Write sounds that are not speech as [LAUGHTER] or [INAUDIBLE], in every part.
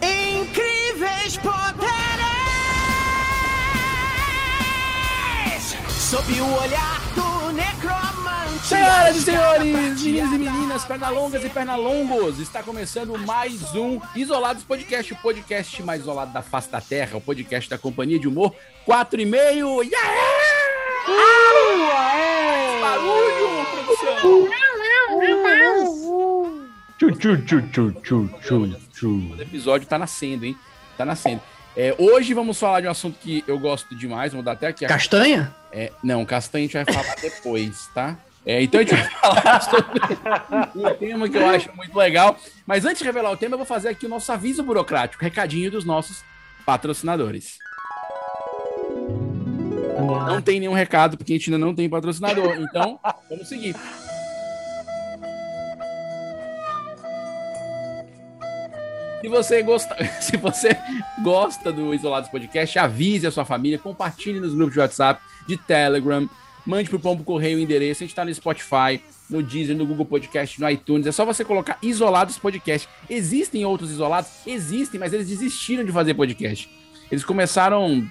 incríveis poderes, sob o olhar do necromante. Senhoras e senhores, meninos e meninas, pernalongas e pernalongos, está começando mais um Isolados Podcast, o podcast mais isolado da face da terra, o podcast da Companhia de Humor 4 e meio. E aí? Barulho, produção! Tchu, tchu, tchu, tchu, tchu, tchu, tchu. O episódio tá nascendo, hein? Tá nascendo. É, hoje vamos falar de um assunto que eu gosto demais, vou dar até aqui a Castanha? É, não, castanho a gente vai falar [LAUGHS] depois, tá? É, então a gente vai falar sobre um tema que eu acho muito legal. Mas antes de revelar o tema, eu vou fazer aqui o nosso aviso burocrático, recadinho dos nossos patrocinadores. Não tem nenhum recado, porque a gente ainda não tem patrocinador. Então, vamos seguir. Se você gosta, [LAUGHS] se você gosta do Isolados Podcast, avise a sua família, compartilhe nos grupos de WhatsApp, de Telegram, mande pro Pombo Correio o endereço. A gente tá no Spotify, no Deezer, no Google Podcast, no iTunes. É só você colocar Isolados Podcast. Existem outros isolados? Existem, mas eles desistiram de fazer podcast. Eles começaram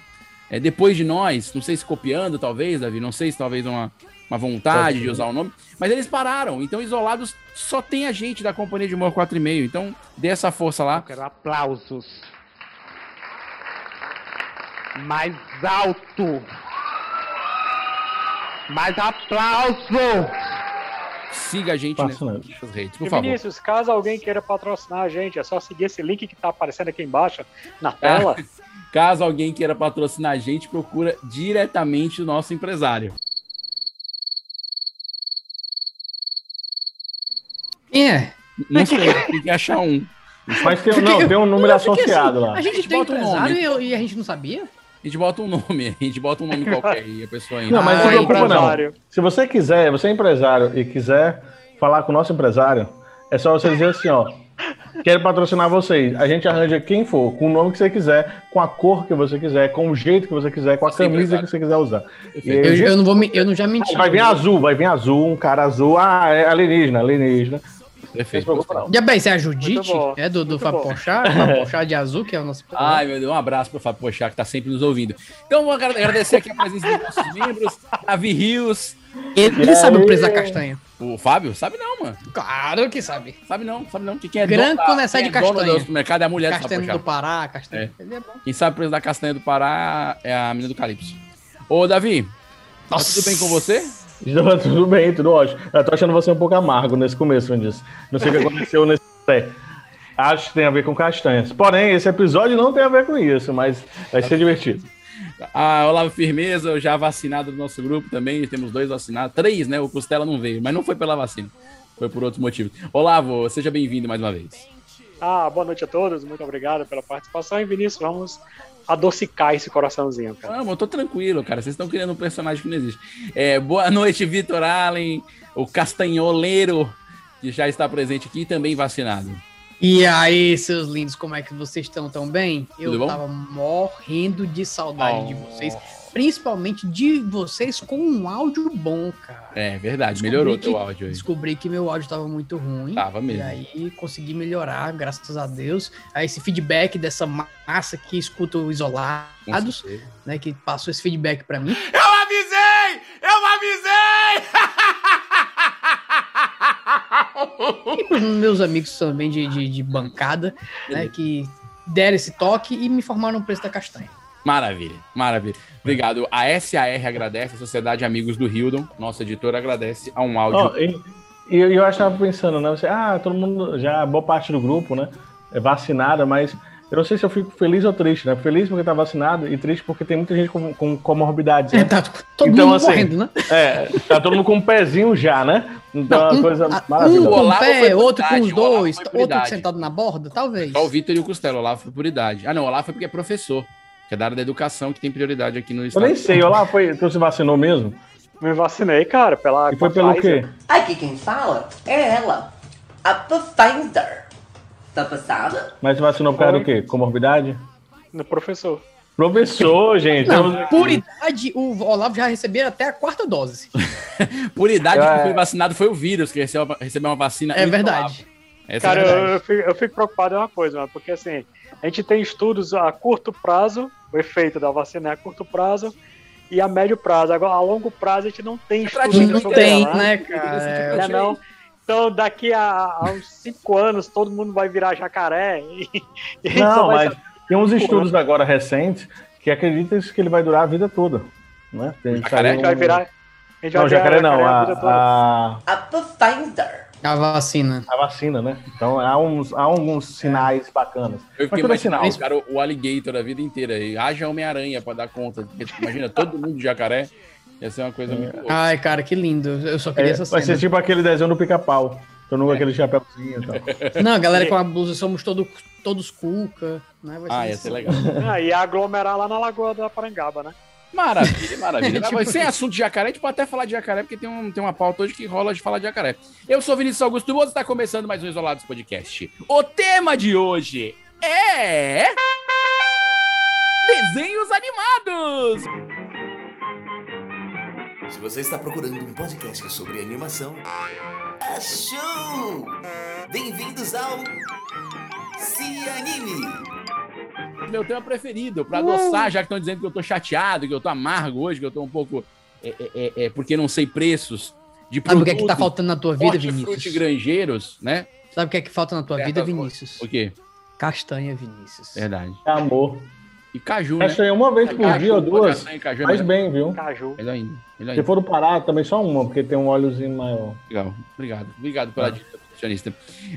é, depois de nós, não sei se copiando, talvez, Davi, não sei se talvez uma, uma vontade de usar o nome, mas eles pararam. Então, Isolados só tem a gente da Companhia de Humor 4,5. Então, dê essa força lá. Eu quero aplausos. Mais alto. Mais aplauso. Siga a gente Faço nessas mesmo. nessas redes, E por favor. Vinícius, caso alguém queira patrocinar a gente, é só seguir esse link que tá aparecendo aqui embaixo na tela. Caso alguém queira patrocinar a gente, procura diretamente o nosso empresário. Quem é? Não sei, tem que achar um. Mas tem, não, tem um número associado lá. A gente tem bota um empresário nome. e, eu- e a gente não sabia? A gente bota um nome, a gente bota um nome qualquer e a pessoa entra. Não, mas Ah, não se preocupa não. então empresário. Se você quiser, você é empresário e quiser falar com o nosso empresário, é só você dizer assim, ó. Quero patrocinar vocês. A gente arranja quem for, com o nome que você quiser, com a cor que você quiser, com o jeito que você quiser, com a Você é camisa empresário. que você quiser usar. E Perfeito. Eu, aí, eu não vou, me- eu não já menti. vai vir azul, vai vir azul, um cara azul. Ah, é alienígena, alienígena. Não se Perfeito. preocupa não. Já bem, você é a Judite? Muito bom, É do, do muito Fábio bom. [LAUGHS] Ah, Pochá? Fábio Pochá de azul, que é o nosso... Ai, meu Deus, um abraço pro Fábio Pochá, que tá sempre nos ouvindo. Então, vou agra- agradecer aqui a presença dos nossos membros, Davi Rios. ele e sabe o aí? preço da castanha. O Fábio? Sabe não, mano. Claro que sabe. Sabe não, sabe não. Que quem é Gran da- Conessai quem de é dono castanha. do supermercado é a mulher do Fábio Castanha Pochá. do Pará, castanha... Ele é bom. Quem sabe o preço da castanha do Pará é a menina do Calypso. Ô, Davi, tá tudo bem com você? [LAUGHS] Tá Tudo bem, tudo ótimo. Eu tô achando você um pouco amargo nesse começo, Vinícius. Não sei o que aconteceu nesse pé. Acho que tem a ver com castanhas. Porém, esse episódio não tem a ver com isso, mas vai ser divertido. Ah, Olavo Firmeza, já vacinado do nosso grupo também. Temos dois vacinados. Três, né? O Costela não veio, mas não foi pela vacina. Foi por outros motivos. Olavo, seja bem-vindo mais uma vez. Ah, boa noite a todos, muito obrigado pela participação. E Vinícius, vamos adocicar esse coraçãozinho, cara. Não, eu tô tranquilo, cara. Vocês estão criando um personagem que não existe. É, boa noite, Vitor Allen, o castanholeiro, que já está presente aqui e também vacinado. E aí, seus lindos, como é que vocês estão tão bem? Eu Tudo bom? tava morrendo de saudade de vocês, principalmente de vocês com um áudio bom, cara. É verdade, Descobri melhorou que- teu áudio aí. Descobri que meu áudio tava muito ruim. Tava E mesmo. aí consegui melhorar, graças a Deus. A esse feedback dessa ma- massa que escuta o Com isolados, certeza. né? Que passou esse feedback pra mim. Eu avisei! Eu avisei! E pros meus amigos também de, de, de bancada, né? Que deram esse toque e me informaram o preço da castanha. Maravilha, maravilha. É. Obrigado. A SAR agradece, a Sociedade Amigos do Hildon, nossa editora, agradece a um áudio. Ó, e, e eu acho que tava pensando, né? Você, ah, todo mundo, já boa parte do grupo, né? É vacinada, mas Eu não sei se eu fico feliz ou triste, né? Feliz porque tá vacinado e triste porque tem muita gente com, com comorbidades. É, né? tá todo Então, mundo assim, correndo, né? [LAUGHS] É, tá todo mundo com um pezinho já, né? Então Não, é uma um- coisa a- um maravilhosa. com o Olavo foi pé, por outro com idade, os o Olavo dois, foi por outro idade. sentado na borda, talvez. Só o Vitor e o Costello, o Olavo foi por idade. Ah, não, o Olavo foi porque é professor, que é da área da educação, que tem prioridade aqui no Eu estado. nem sei, olha lá, foi, tu se vacinou mesmo? Me vacinei, cara, pela E foi com a pelo Pfizer. quê? Aqui quem fala é ela, a Pathfinder. Tá passada? Mas se vacinou por causa do quê? Comorbidade? No professor. Professor, gente. Não, temos- por idade, o Olavo já recebeu até a quarta dose. Por idade, É. que foi vacinado foi o vírus, que recebeu, recebeu uma vacina. É antes do verdade. Olavo. Essa Cara, é eu, verdade. eu fico, eu fico preocupado em uma coisa, mano, porque assim, a gente tem estudos a curto prazo, o efeito da vacina é a curto prazo e a médio prazo. Agora, a longo prazo a gente não tem estudo praticamente Não Isso sobre tem, ela, né, cara? Não é não? Então, daqui a, a uns cinco anos, todo mundo vai virar jacaré e, [LAUGHS] e a gente só Não, vai mas tem uns estudos agora recentes que acreditam que ele vai durar a vida toda. Né? Tem gente Jacaré? A gente vai virar. A gente Não, vai virar jacaré não, a, a vida toda. a, A Pathfinder. A vacina. a vacina, né? Então há, uns, há É. alguns sinais Eu bacanas. Mas fiquei tudo é imaginando, sinal. o cara, o alligator a vida inteira. E haja Homem-Aranha pra dar conta. Porque, tipo, Imagina, todo mundo de jacaré. Ia ser uma coisa muito Ah, louca. Ai, cara, que lindo. Eu só queria É, essa vai cena. É. ser tipo aquele desenho do pica-pau. Todo mundo com aquele chapéuzinho e tal. Não, a galera É. com a blusa, somos todo, todos cuca, né? Vai Ah, ia isso. ser legal. [LAUGHS] Ah, e aglomerar lá na Lagoa da Parangaba, né? Maravilha, maravilha. Mas Sem assunto de jacaré, a gente pode até falar de jacaré, porque tem, um, tem uma pauta hoje que rola de falar de jacaré. Eu sou Vinícius Augusto Moura, está começando mais um Isolados Podcast. O tema de hoje é... Desenhos animados! Se você está procurando um podcast sobre animação, achou! Bem-vindos ao Se Anime! Meu tema preferido, para adoçar, já que estão dizendo que eu tô chateado, que eu tô amargo hoje, que eu tô um pouco... É, é, é, é, porque não sei preços de Sabe o que é que tá produtos, faltando na tua vida, hortifruti Vinícius? granjeiros, né? Sabe o que é que falta na tua vida, Certas Vinícius? O quê? Castanha, Vinícius. Verdade. [LAUGHS] Amor. E caju, né? Castanha é uma vez por tipo um dia né? ou duas. castanha e caju é Faz melhor. bem, viu? Caju. Melhor ainda. Melhor Se ainda. for no Pará, também só uma, porque tem um óleozinho maior. Legal. Obrigado. Obrigado Ah. pela dica, nutricionista.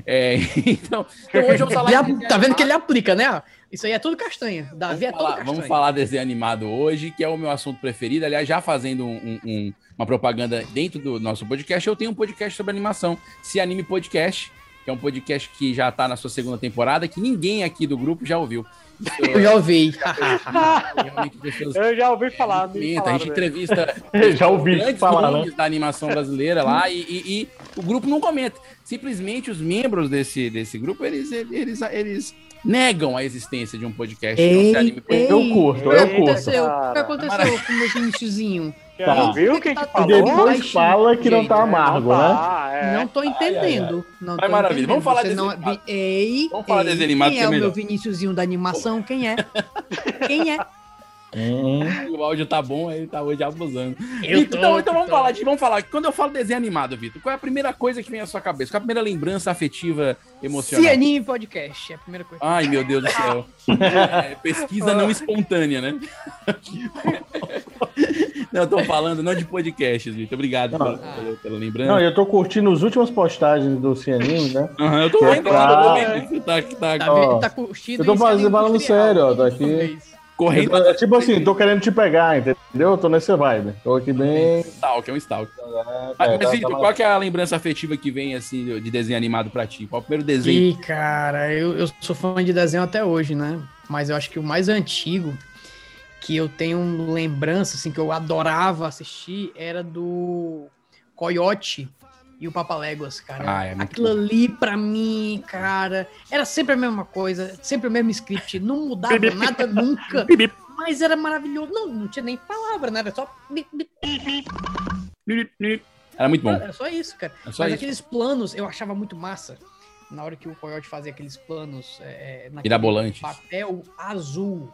É, [LAUGHS] então, então hoje vamos [LAUGHS] falar de Ele ap- desenho tá vendo animado. que ele aplica, né? Isso aí é tudo castanha. Davi é Vamos todo falar, castanha. vamos falar desenho animado hoje, que é o meu assunto preferido. Aliás, já fazendo um- um- um- uma propaganda dentro do nosso podcast, eu tenho um podcast sobre animação, Se Anime Podcast, que é um podcast que já tá na sua segunda temporada, que ninguém aqui do grupo já [LAUGHS] ouviu. Isso Eu já ouvi. é realmente pessoas Eu já ouvi falar. a me gente comenta, falaram a gente mesmo. entrevista Eu já ouvi grandes falar, nomes da animação brasileira lá e, e- e o grupo não comenta. Simplesmente os membros desse, desse grupo, eles, eles, eles negam a existência de um podcast. não se anime podcast. Eu curto, O que eu Eita. curto. aconteceu? cara. O que aconteceu com o meu Viníciuszinho? Tá. Viu quem que E E falou? Ai, depois fala que não gente, tá né? amargo, né? Ah, é. Não tô entendendo. Não tô Mas maravilha, entendendo. vamos falar Você desse não... animado. Vi- Ei, Vamos falar ei, desse animado Quem que é é o melhor. meu Viníciuszinho da animação? [LAUGHS] Quem é? Quem é? Hum. O áudio tá bom, ele tá hoje abusando. Eu tô- então, então vamos falar de, vamos falar. Quando eu falo desenho animado, Vitor, qual é a primeira coisa que vem à sua cabeça? Qual é a primeira lembrança afetiva emocional? Se anime podcast, é a primeira coisa. Ai, meu Deus do céu. É, pesquisa não espontânea, [LAUGHS] né? Não, eu tô falando não de podcasts, Vitor. Obrigado pela, pela- pela É. Não, lembrança. eu tô curtindo as últimas postagens do Cianime, né? Aham, eu tô eu- vendo, eu tô Ah. vendo que você tá, que tá Tá ó, vendo? Tá curtindo eu tô isso que é fazendo- falando industrial. sério, ó, tô aqui. Talvez. correndo Eu tô- tá é tipo assim, tô querendo te pegar, entendeu? Eu tô nessa vibe. Tô aqui bem. um stalk, é um stalk. né, Mas, tá- mas Vitor, tá- qual que é a lembrança afetiva que vem, assim, de desenho animado pra ti? Qual é o primeiro desenho? Ih, cara, eu, eu sou fã de desenho até hoje, né? Mas eu acho que o mais antigo que eu tenho lembrança, assim, que eu adorava assistir, era do Coyote e o Papaléguas, cara. Ah, é muito Aquilo ali, pra mim, cara, era sempre a mesma coisa, sempre o mesmo script, não mudava nada nunca. Mas era maravilhoso. Não, não tinha nem palavra, né? Era só, Era muito bom. era só isso, cara. É só Mas isso. aqueles planos eu achava muito massa. Na hora que o Coyote fazia aqueles planos é, é, naquele Mirabolantes. papel azul.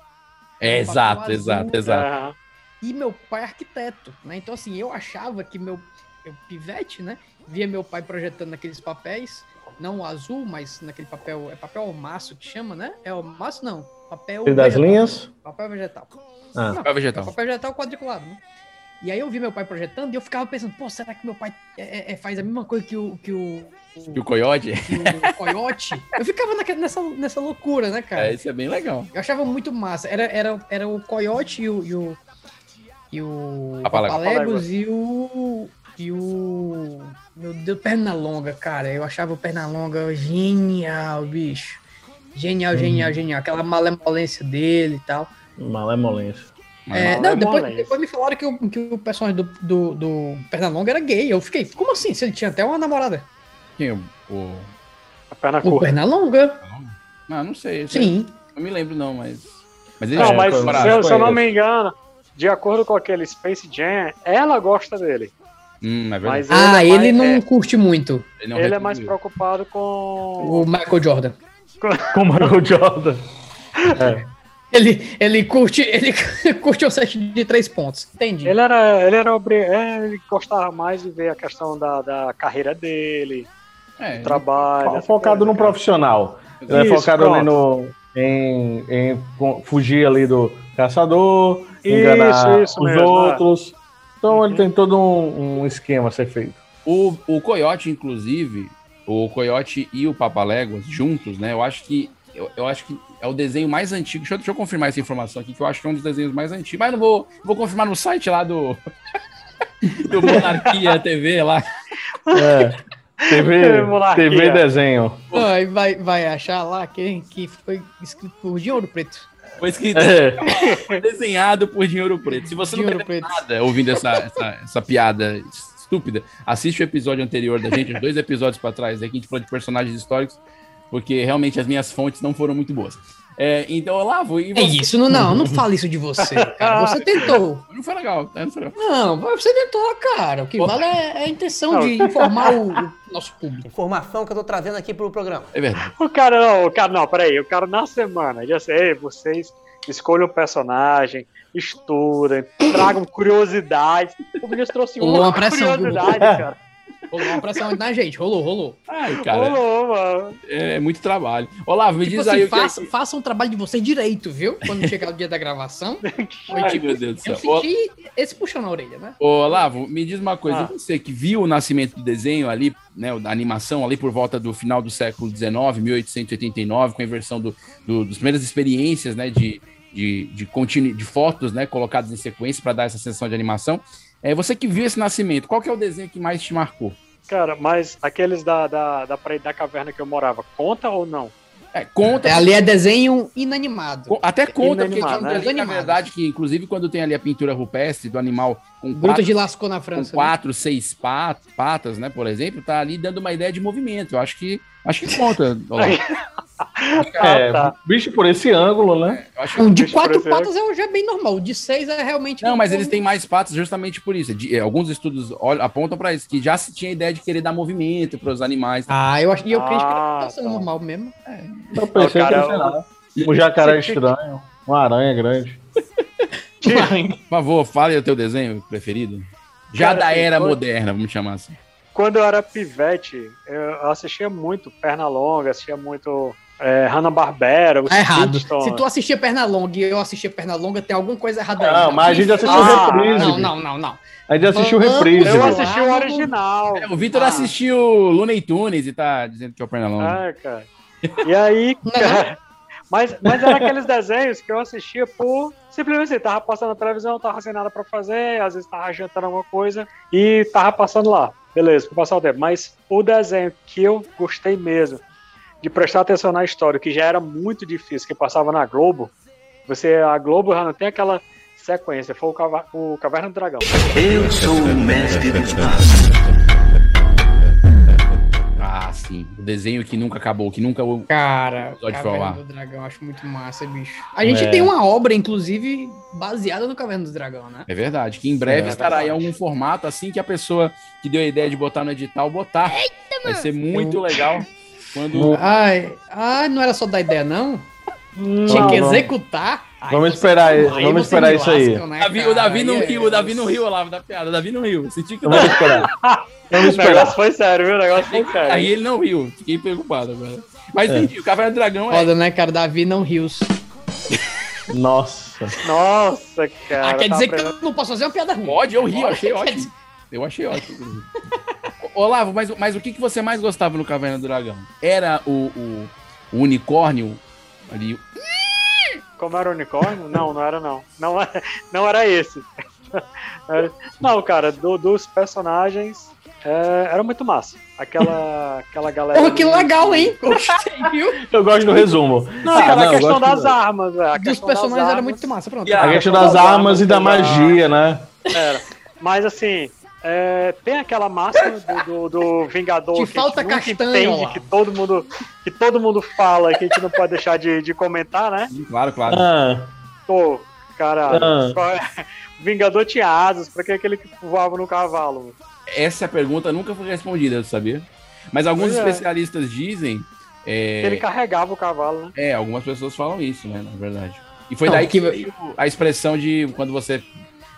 É, um exato, papel exato, azul, é, exato. Aham. E meu pai é arquiteto, né? Então, assim, eu achava que meu eu, pivete, né? Via meu pai projetando naqueles papéis, não o azul, mas naquele papel. É papel almaço que chama, né? É almaço, não. Papel. das vegetal. linhas? Papel vegetal. Ah. Não, Papel é vegetal. papel vegetal quadriculado, né? E aí eu vi meu pai projetando e eu ficava pensando, pô, será que meu pai é- é- é- faz a mesma coisa que o, que o, E o coiote? que o coiote? Eu ficava naque- nessa, nessa loucura, né, cara? É, isso é bem legal. Eu achava muito massa. Era, era, era o Coyote e o. E o. E o Papaléguas. Papaléguas e o. E o. Meu Deus, Pernalonga, cara. Eu achava o Pernalonga genial, bicho. Genial, genial, genial. Aquela malemolência dele e tal. Malemolência. É, Malemolência. não, depois, depois me falaram que o, que o personagem do, do, do Pernalonga era gay. Eu fiquei, como assim? Se ele tinha até uma namorada. Quem? O- o- A perna O curta. Pernalonga? Ah, não sei. isso aí Sim. Não me lembro, não, mas. Mas é Não, é já mas foi se namorado, eu, se eu foi não ele. me engano, de acordo com aquele Space Jam, ela gosta dele. Hum, é verdade. Mas Ah, é mais- ele não um é, curte muito Ele, um não ele é retribuiu. mais preocupado com. o Michael Jordan. Com é o Michael Jordan. Ele, ele curte ele [LAUGHS] curte o set de três pontos. Entendi. Ele era. Ele era obri... é, ele gostava mais de ver a questão da, da carreira dele, É, trabalho. essa Focado coisa, no cara. profissional. Ele Isso, é focado ali pronto. no. Em, em co- fugir ali do caçador, Isso, enganar isso os mesmo, é. Uhum. outros. Então ele tem todo um, um esquema a ser [LAUGHS] feito. O, o Coyote, inclusive, o Coyote e o Papaléguas juntos, né? Eu acho que eu, eu acho que é o desenho mais antigo. Deixa eu, deixa eu confirmar essa informação aqui, que eu acho que é um dos desenhos mais antigos. Mas não vou, vou confirmar no site lá do [LAUGHS] do Monarquia TV lá. É. TV, Monarquia. TV desenho. Vai, vai, vai achar lá quem que foi escrito por de ouro preto. Foi escrito, É. Ah, foi desenhado por Dinheiro Preto. Se você não Dinheiro quer Preto. nada ouvindo essa, essa, essa piada estúpida, assiste o episódio anterior da gente, os dois episódios pra trás, aí que a gente falou de personagens históricos, porque realmente as minhas fontes não foram muito boas. É, então, Olavo, e É isso, não, não, não fala isso de você, cara. [LAUGHS] Você tentou. Não foi legal, né? não foi legal. Não, você tentou, cara. O que vale é, é a intenção de informar o, o nosso público. Informação que eu tô trazendo aqui pro programa. É verdade. O cara, não, o cara, não, peraí, o cara na semana, já sei, vocês escolham um personagem, estudem, tragam curiosidades. O ministro trouxe Rolou uma uma pressão, viu? curiosidade, cara. Rolou uma pressão na gente, rolou, rolou. Ai, cara, Rolou, mano. é, é muito trabalho. Olavo, me Tipo diz assim, aí o que é faça, façam o trabalho de vocês direito, viu? Quando chegar o dia da [LAUGHS] gravação. que... Ai, meu Deus do tipo, Eu céu. Ô, senti esse puxão na orelha, né? ô, Olavo, me diz uma coisa. Ah. Você que viu o nascimento do desenho ali, né, da animação ali por volta do final do século XIX, 1889, com a inversão do, do, das primeiras experiências, né, de, de, de, continu, de fotos, né, colocadas em sequência para dar essa sensação de animação. É, você que viu esse nascimento, qual que é o desenho que mais te marcou? Cara, mas aqueles da, da, da parede da caverna que eu morava, conta ou não? É, conta É, Ali é desenho é inanimado. Co- Até conta, porque tinha um Inanimado, né? desenho, na Inanimado. verdade, que inclusive quando tem ali a pintura rupestre do animal com Bruta Um quatro, de lascou na com França. né? quatro seis pat- patas, né, por exemplo, tá ali dando uma ideia de movimento. Eu acho que, acho que conta. ó. É, tá. bicho por esse ângulo, né? Eu acho que- Um de Deixa quatro eu ver. patas é já bem normal. O de seis é realmente. Não, mas eles têm mais patas justamente por isso. De- eh, alguns estudos olham- apontam para isso, que já se tinha a ideia de querer dar movimento para os animais. Ah, eu acho. E eu creio que era Ah, passando tá. normal mesmo. Eu pensei cara, que, sei lá, um jacaré estranho, uma aranha grande. Por favor, fale o teu desenho preferido. Já Cara, da tem era coisa- moderna, vamos chamar assim. Quando eu era pivete, eu assistia muito Pernalonga, assistia muito é, Hanna-Barbera, os Tá errado. Flintstones. Se tu assistia perna longa e eu assistia perna longa, tem alguma coisa errada aí. Não, mas a gente assistiu Ah, reprise. Não, bicho. não, não, não. A gente assistiu Vamos- reprise. Eu Claro. assisti o original. É, O Vitor Ah. assistiu Looney Tunes e tá dizendo que é o Pernalonga. Ah, cara. E aí, cara, mas, mas era aqueles desenhos que eu assistia por. Simplesmente assim, tava passando na televisão, tava sem nada pra fazer, às vezes tava jantando alguma coisa e tava passando lá. Beleza, pra passar o tempo. Mas o desenho que eu gostei mesmo, de prestar atenção na história, que já era muito difícil, que passava na Globo, você, a Globo já não tem aquela sequência, foi o, Cava- o Caverna do Dragão. Eu sou o mestre dos magos. Ah, sim. O desenho que nunca acabou, que nunca. Cara, Pode Caverna falar. do Dragão, eu acho muito massa, bicho. A gente tem uma obra, inclusive, baseada no Caverna do Dragão, né? É verdade, que em breve É estará em verdade. algum formato assim que a pessoa que deu a ideia de botar no edital botar. Vai ser muito legal quando. Ai, ai, não era só dar ideia, não? Tinha Não, que não. executar. Ai, Vamos você- esperar aí, aí vamos você esperar me isso aí. lasca, né, Davi- o cara? Davi não Aí é- riu, o Davi não riu lá da piada, o Davi não riu. Senti que o Vamos Davi- esperar. O Vamos [LAUGHS] negócio esperar. foi sério, viu? O negócio foi sério. Aí ele não riu, fiquei preocupado agora. Mas É. entendi, o Caverna do Dragão é. Foda, né, cara? Davi não riu. Nossa. Nossa, cara. ah, quer tá dizer que aprendendo- eu não posso fazer uma piada ruim. Pode, um eu ri, eu achei Quer ótimo. dizer- Eu achei ótimo. inclusive. Olavo, mas, mas o que, que você mais gostava no Caverna do Dragão? Era o, o- o unicórnio ali? Como era o unicórnio? [LAUGHS] Não, não era não. Não, era- não era esse. [LAUGHS] Era- Não, cara, do- dos personagens é, era muito massa. Aquela, aquela galera. Porra, que ali- legal, hein? Gostei, viu? Eu gosto do resumo. Não, Sim, cara, Ah, não, a eu questão gosto das do- armas. é, a Dos questão das personagens era armas. muito massa. Pronto. E a- A questão das armas e da magia, né? Era. Mas assim, é, tem aquela máxima do, do, do Vingador Te falta nunca castanha, entende, Olavo. que todo mundo que todo mundo fala, que a gente não pode deixar de, de comentar, né? Claro, claro. Ah, Pô, caralho. Ah. qual é- O Vingador tinha asas, pra que aquele que voava no cavalo? Essa pergunta nunca foi respondida, sabia? Mas alguns Pois é. especialistas dizem. é, Ele carregava o cavalo, né? É, algumas pessoas falam isso, né, na verdade. E foi Não, daí que que- veio a expressão de quando você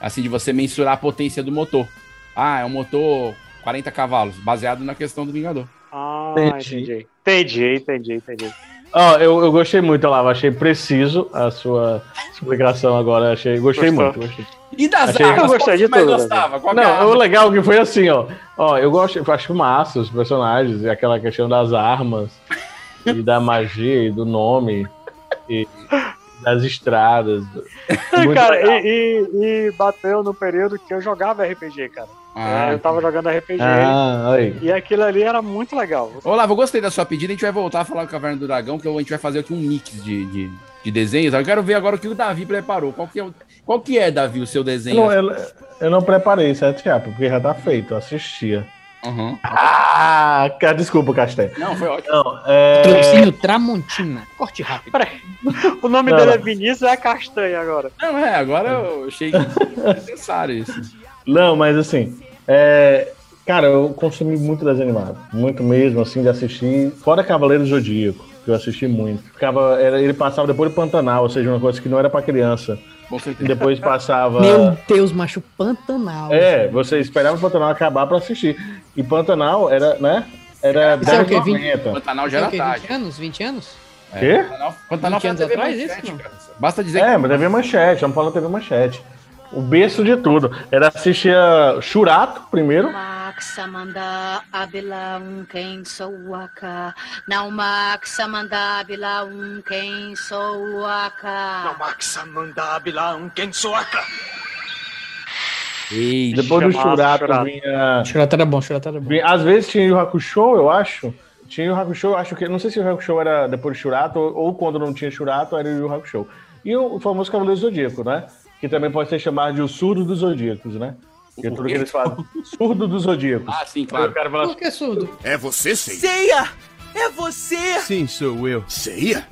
assim de você mensurar a potência do motor. Ah, é um motor 40 cavalos, baseado na questão do Vingador. Ah, Entendi. entendi. Entendi, entendi, entendi. Ó, eu, eu gostei muito, Olavo. Achei preciso a sua explicação agora. Achei, gostei Gostou? muito. Gostei. E das Achei- armas, Eu qual gostei que de mais tudo, né? gostava? Qual que é a Não, arma? o legal que foi assim, ó. Ó, eu gosto, eu acho massa os personagens, e aquela questão das armas, e da magia, e do nome, e das estradas. [LAUGHS] Muito cara, legal. e, e- e bateu no período que eu jogava RPG, cara. É, Ah. eu tava jogando RPG. Ah, aí. E aquilo ali era muito legal. Olavo, eu gostei da sua pedida. A gente vai voltar a falar do Caverna do Dragão, que a gente vai fazer aqui um mix de, de, de desenhos. Eu quero ver agora o que o Davi preparou. Qual que é, o- qual que é Davi, o seu Eu desenho? não, eu- eu não preparei certo, Chapa, porque já tá feito, eu assistia. Aham. Ah, ca- desculpa, Castanho. Não, foi ótimo. Não, é. Patrocínio Tramontina. Corte rápido. O nome Não. dele é Vinícius é Castanha agora. Não, é, agora eu achei que era necessário isso. Não, mas assim, é, cara, eu consumi muito desenho animado, muito mesmo, assim, de assistir. Fora Cavaleiro Zodíaco, que eu assisti muito. Ficava, era- ele passava depois do Pantanal, ou seja, uma coisa que não era pra criança. Com E certeza. depois [LAUGHS] passava. Meu É. Deus, macho, Pantanal. É, você esperava o Pantanal acabar pra assistir. E Pantanal era, né? Era Isso é o quê, 90. Pantanal já Tem o era quê, tarde. 20 anos? 20 anos? Quê? Pantanal, Pantanal 20 foi na anos TV atrás, Manchete, isso, não? cara. Basta dizer É, mas TV Manchete, vamos falar da TV Manchete. O berço de tudo. Era assistir a Churato primeiro. Maxamanda abila um quem sou aca. Não maxamanda abila um quem sou aca. que... Eita. Depois do Chamaço, Churato Churato. vinha. Churata era bom, Churata era bom. Bem, Às vezes tinha o Hakusho, eu acho. Tinha o Hakusho, eu acho que. Não sei se o Hakusho era depois do Shurato, ou, ou quando não tinha Shurato, era o Hakusho. E o, o famoso Cavaleiro Zodíaco, né? Que também pode ser chamado de o surdo dos Zodíacos, né? Que é tudo que eles fazem. Surdo dos Zodíacos. Ah, sim, Aí o claro. cara fala assim, Por que surdo? É você, Seiya? Ceia! É você! Ah, Sim, sou eu. Seiya?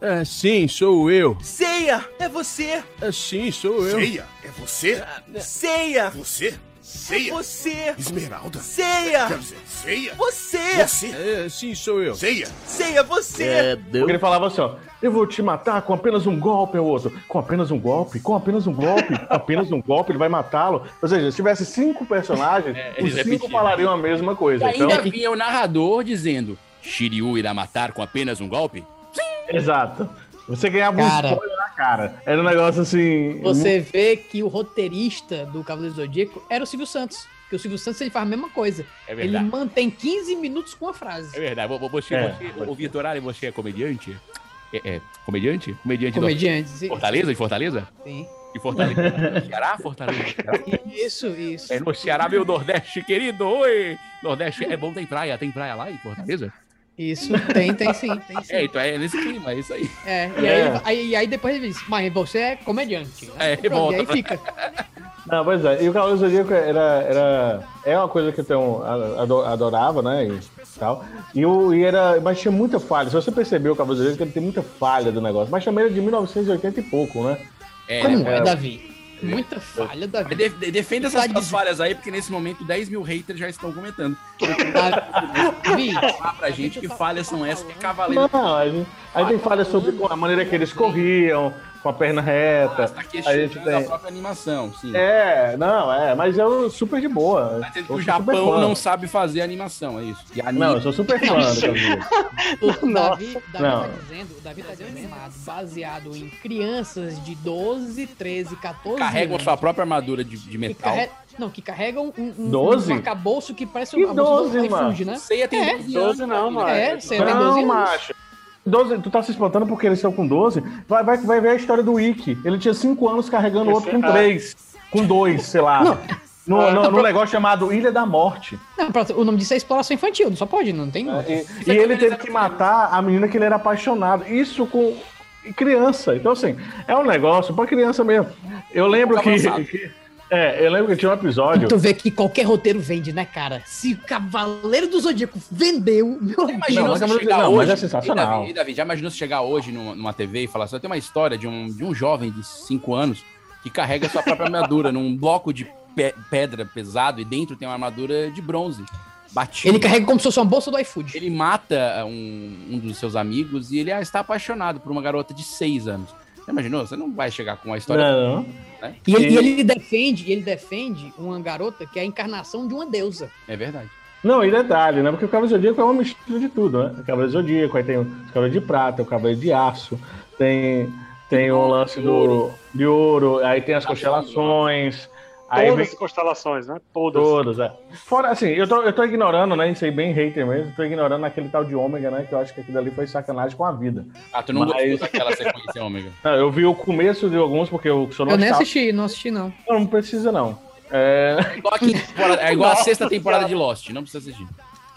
Ah, sim, sou eu. Ceia! É você! Ah, sim, sou eu. Seiya? É você? Ceia! Você? É Seiya? você! Esmeralda? Quer Ceia! dizer, Seiya? Você! Você? Ah, sim, sou eu. Seiya? Ceia, você! É, Porque ele falava assim, ó, eu vou te matar com apenas um golpe, é o outro. Com apenas um golpe, com apenas um golpe, com apenas um golpe, ele vai matá-lo. Ou seja, se tivesse cinco personagens, É, os eles cinco repetiam. falariam a mesma coisa. Então, Ainda vinha o um narrador dizendo: Shiryu irá matar com apenas um golpe? exato. Você ganhava um Cara. spoiler na cara. Era um negócio assim. Você vê que o roteirista do Cavaleiro do Zodíaco era o Silvio Santos. Porque o Silvio Santos ele faz a mesma coisa. É Ele mantém 15 minutos com a frase. É verdade. Vo- vo- Você, É. você- o Vitor Ali, você é comediante? É, é, comediante? Comediante do Comediante. sim. Fortaleza? De Fortaleza? Sim. De Fortaleza. [LAUGHS] Ceará? Fortaleza. Ceará. Isso, isso. É no Ceará, meu Nordeste querido. Oi! Nordeste é bom, tem praia. Tem praia lá em Fortaleza? Isso tem, tem sim, tem sim. É, então é nesse clima, é isso [LAUGHS] aí. É, e aí, ele- aí, e aí depois ele diz, mas você é comediante. É, Pronto, volta e aí pra- fica. Não, pois é. E o Cavaleiro Zodíaco era, era, é uma coisa que eu tenho, ado- adorava, né? E tal. E, o, e era, mas tinha muita falha. Se você percebeu o Cavaleiro Zodíaco, ele tem muita falha do negócio. Mas também era de 1980 e pouco, né? É, né? Como é, é. Davi? Muita falha, Davi. Mas de- de- defenda essas Sabe suas disso. falhas aí, porque nesse momento 10 mil haters já estão comentando. Davi, Fala pra gente que falhas são essas que é cavaleiro. Não, aí, aí tem falha sobre a maneira que eles corriam, com a perna reta. Aqui é a gente chute da tem. própria animação, sim. É, não, é, mas eu super de boa. Mas é Eu O sou Japão super fã. não sabe fazer animação, é isso. Que anima. tá Não, eu sou super [LAUGHS] fã do Kaguya. O Davi, Davi tá Não. dizendo, o Davi tá desanimado, baseado em crianças de 12, 13, 14 Carregam anos. sua própria armadura de, de que metal. carre... Não, que carregam um, um, 12? um arcabouço que parece Que um arcabouço 12, mano? iFood, né? Seiya tem É. 12 12 anos, não, né? mano. É, você tem 12 Não, anos. macho. 12, tu tá se espantando porque eles estão com 12? Vai, vai, vai ver a história do Wiki. Ele tinha 5 anos carregando o outro com Ah. 3, com 2, sei lá. No, no, no negócio chamado Ilha da Morte. Não, pronto, o nome disso é exploração infantil, não só pode, não É. tem. E, e ele teve que matar a menina que ele era apaixonado. Isso com criança. Então, assim, é um negócio pra criança mesmo. Eu lembro que. Avançado. que- [LAUGHS] É, eu lembro que tinha um episódio. Tu vê que qualquer roteiro vende, né, cara? Se o Cavaleiro do Zodíaco vendeu, meu Imagina Não, amigo. mas você é- chegar não, hoje. mas é E, sensacional. Davi, e, Davi, já imaginou você chegar hoje numa, numa TV e falar assim: tem uma história de um, de um jovem de 5 anos que carrega sua própria armadura num bloco de pe- pedra pesado e dentro tem uma armadura de bronze. Batida. Ele carrega como se fosse uma bolsa do iFood. Ele mata um, um dos seus amigos e ele ah, está apaixonado por uma garota de 6 anos. Você imaginou? Você não vai chegar com a história. Não, E ele, e Ele- ele defende, e ele defende uma garota que é a encarnação de uma deusa. É verdade. não, e detalhe, né? Porque o Cavaleiro Zodíaco é uma mistura de tudo, né? O Cavaleiro Zodíaco, aí tem o Cavaleiro de Prata, o Cavaleiro de Aço, tem, tem o lance do, de ouro, aí tem as constelações, aí Todas vem as constelações, né? Todas. todas, é. Fora, assim, eu tô, eu tô ignorando, né? Isso aí bem hater mesmo, tô ignorando aquele tal de ômega, né? Que eu acho que aquilo ali foi sacanagem com a vida. Ah, tu não Mas- gostou daquela sequência ômega. Não, eu vi o começo de alguns, porque eu sou Eu nem nostálgico. assisti, não assisti, não. Não, não precisa, não. É, É igual a, quinta temporada- é igual a sexta temporada de Lost, não precisa assistir.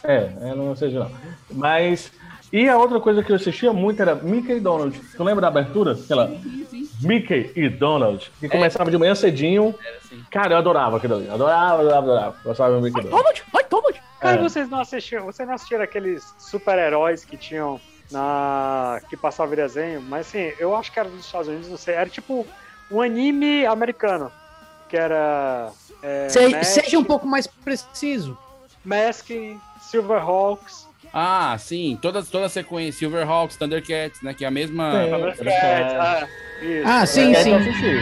É, é, não seja não. Mas. E a outra coisa que eu assistia muito era Mickey e Donald. Tu lembra da abertura? Aquela. Mickey e Donald. Que começava de manhã cedinho. assim. Cara, eu adorava aquilo ali. Adorava, adorava, adorava. Gostava do Mickey e Donald. ai, toma! Cara, É. vocês não assistiram, vocês não assistiram aqueles super-heróis que tinham na que passava em desenho, mas assim, eu acho que era dos Estados Unidos, não sei, era tipo um anime americano, que era é, Se- né? Mask, seja um pouco mais preciso. Mask, Silverhawks, Ah, sim, toda, toda a sequência, Silverhawks, Thundercats, né, que é a mesma... Sim, era- Thundercats, ah, É, isso. Ah, sim, era sim. pra assistir.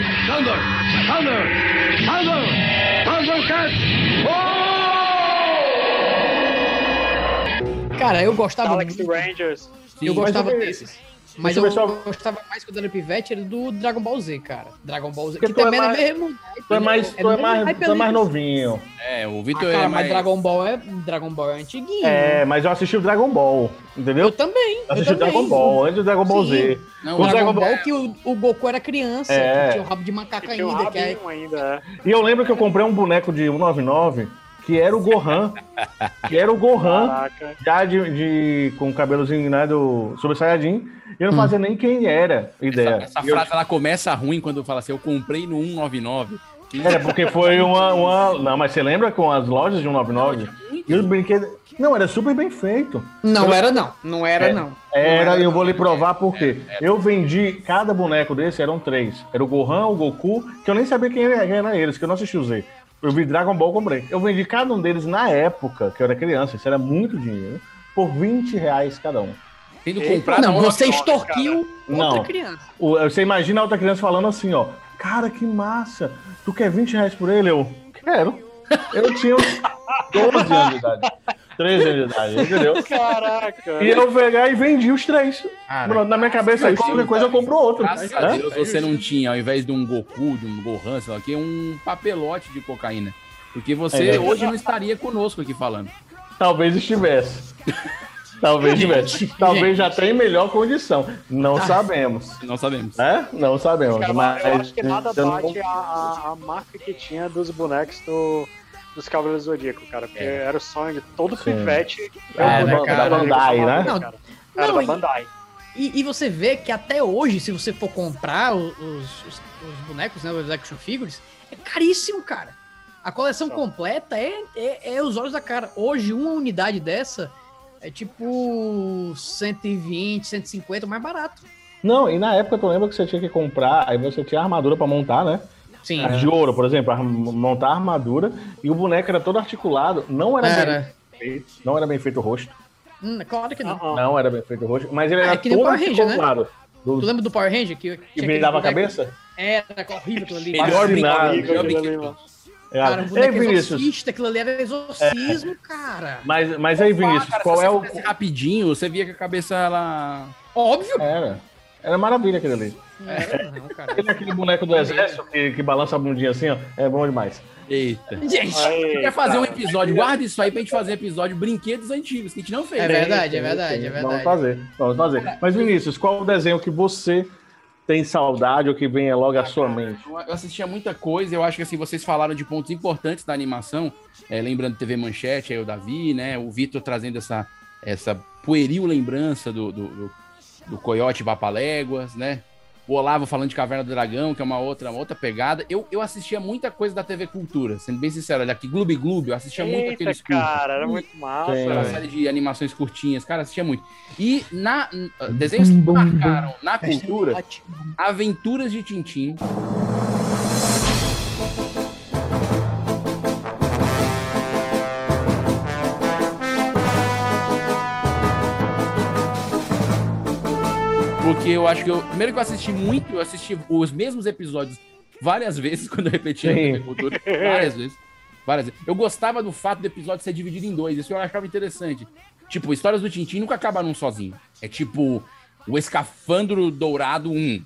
Cara, eu gostava Galaxy muito. Rangers. Sim. Eu gostava Mas eu- desses. Mas eu eu ver só- gostava mais quando era pivete era do Dragon Ball Z, cara. Dragon Ball Z. Porque Que tu é também era mais- mesmo. Tu é mais, tu é mesmo mais, hype tu é ali. mais novinho. É, o Ah, Vitor cara, é mas mais... Dragon Ball é. Dragon Ball é antiguinho. né? É, mas eu assisti o Dragon Ball, entendeu? Eu também. Eu assisti o eu também. Dragon Ball, antes do Dragon Ball Sim. Z. Não, O o Dragon Dragon Ball que o, o Goku era criança, É. que tinha o rabo de macaco Que tinha um ainda. Que é... rabinho ainda. E eu lembro que eu comprei um boneco de 199 que era o Gohan. que era o Gohan. Caraca. já de, de- com o cabelozinho né, do Super Saiyajin, e eu não fazia nem quem era ideia. Essa, essa E eu- frase, ela começa ruim quando fala assim, eu comprei no 199. Que- Era porque foi uma, uma. Não, mas você lembra com as lojas de tinha 199? muito. E os brinquedos. Não, era super bem feito. Não era, não. Não era, É. não. Era, e eu vou lhe provar por quê. Eu vendi cada boneco desse, eram três. Era o Gohan, o Goku, que eu nem sabia quem era, quem era eles, que eu não assisti o Z. Eu vi Dragon Ball, comprei. Eu vendi cada um deles na época, que eu era criança, isso era muito dinheiro, por 20 reais cada um. Tendo comprado... não, a você outra- extorquiu outra Não. criança. O- Você imagina a outra criança falando assim, ó. Cara, que massa! Tu quer 20 reais por ele? Eu quero. Eu tinha uns 12 anos de idade. 13 anos de idade, entendeu? [LAUGHS] Caraca. E eu pegar e vendi os três. Cara, Na minha cabeça, graças a qualquer Deus, coisa eu compro outro. Graças a Hã? Deus você não tinha, ao invés de um Goku, de um Gohan, sei lá o quê, um papelote de cocaína. Porque você É. hoje não estaria conosco aqui falando. Talvez estivesse. Talvez estivesse. Talvez já tenha em melhor condição. Tá. Não sabemos. Não sabemos. Tá Né? Não sabemos. Cara, mas então eu acho que nada eu não- bate a, a- a marca que tinha dos bonecos do, dos Cavaleiros do Zodíaco, cara. Porque É. era o sonho de todo Sim. pivete. É, Era o né, boneco cara? do Bandai, Zodíaco, né? cara. Era Não, da e- Bandai. E, e você vê que até hoje, se você for comprar o- os, os- os bonecos, né, os action figures, é caríssimo, cara. A coleção completa é, é, é os olhos da cara. Hoje, uma unidade dessa é tipo 120, 150, mais barato. Não, e na época tu lembra que você tinha que comprar, aí você tinha armadura pra montar, né? Sim. A de ouro, por exemplo, a- montar a armadura e o boneco era todo articulado. Não era, Bem, Cara, feito, não era bem feito o rosto. hum, claro que não. Ah, ah. Não era bem feito o rosto, mas ele Ah, era é que nem todo Power Ranger, né? articulado. Tu lembra do Power Ranger? Que, tinha Que aquele virava a boneco- cabeça? Era horrível aquilo ali. Melhor Fascinado. brinquedo, melhor né? brinquedo. É. Cara, um Ei, boneco Vinícius, É. exorcista, aquilo ali era exorcismo, cara. mas, mas aí, Vinícius, Cara, qual se é você o. fizesse rapidinho, você via que a cabeça, ela... Óbvio. Era. Era maravilha aquele ali. Não É. era, não, cara. Aquele, aquele boneco do exército que, que balança a bundinha assim, ó. É bom demais. Eita. Gente, Aí, Quer fazer um episódio, guarda isso aí pra gente fazer um episódio de brinquedos antigos, que a gente não fez. né? é verdade, é Sim, verdade, é Vamos verdade. fazer, vamos fazer. Mas, Vinícius, qual o desenho que você tem saudade ou que venha logo à Ah, sua mente? Eu eu assistia muita coisa, eu acho que assim, vocês falaram de pontos importantes da animação, é, lembrando TV Manchete, aí o Davi, né? O Vitor trazendo essa, essa pueril lembrança do, do, do, do Coyote Vapaléguas, né? O Olavo falando de Caverna do Dragão, que é uma outra, uma outra pegada. Eu, eu assistia muita coisa da TV Cultura, sendo bem sincero, olha aqui, Gloob Gloob, eu assistia muito Eita, aqueles curtos. cara, era muito massa. Sim. Aquela É. série de animações curtinhas, cara, assistia muito. E na, n- desenhos que marcaram na cultura, tá Aventuras de Tintim. Porque eu acho que eu. Primeiro que eu assisti muito, eu assisti os mesmos episódios várias vezes, [LAUGHS] quando eu repetia na Sim. TV Cultura. Várias vezes. Várias vezes. Eu gostava do fato do episódio ser dividido em dois. Isso eu achava interessante. Tipo, histórias do Tintin nunca acabaram sozinho. É tipo o Escafandro Dourado 1.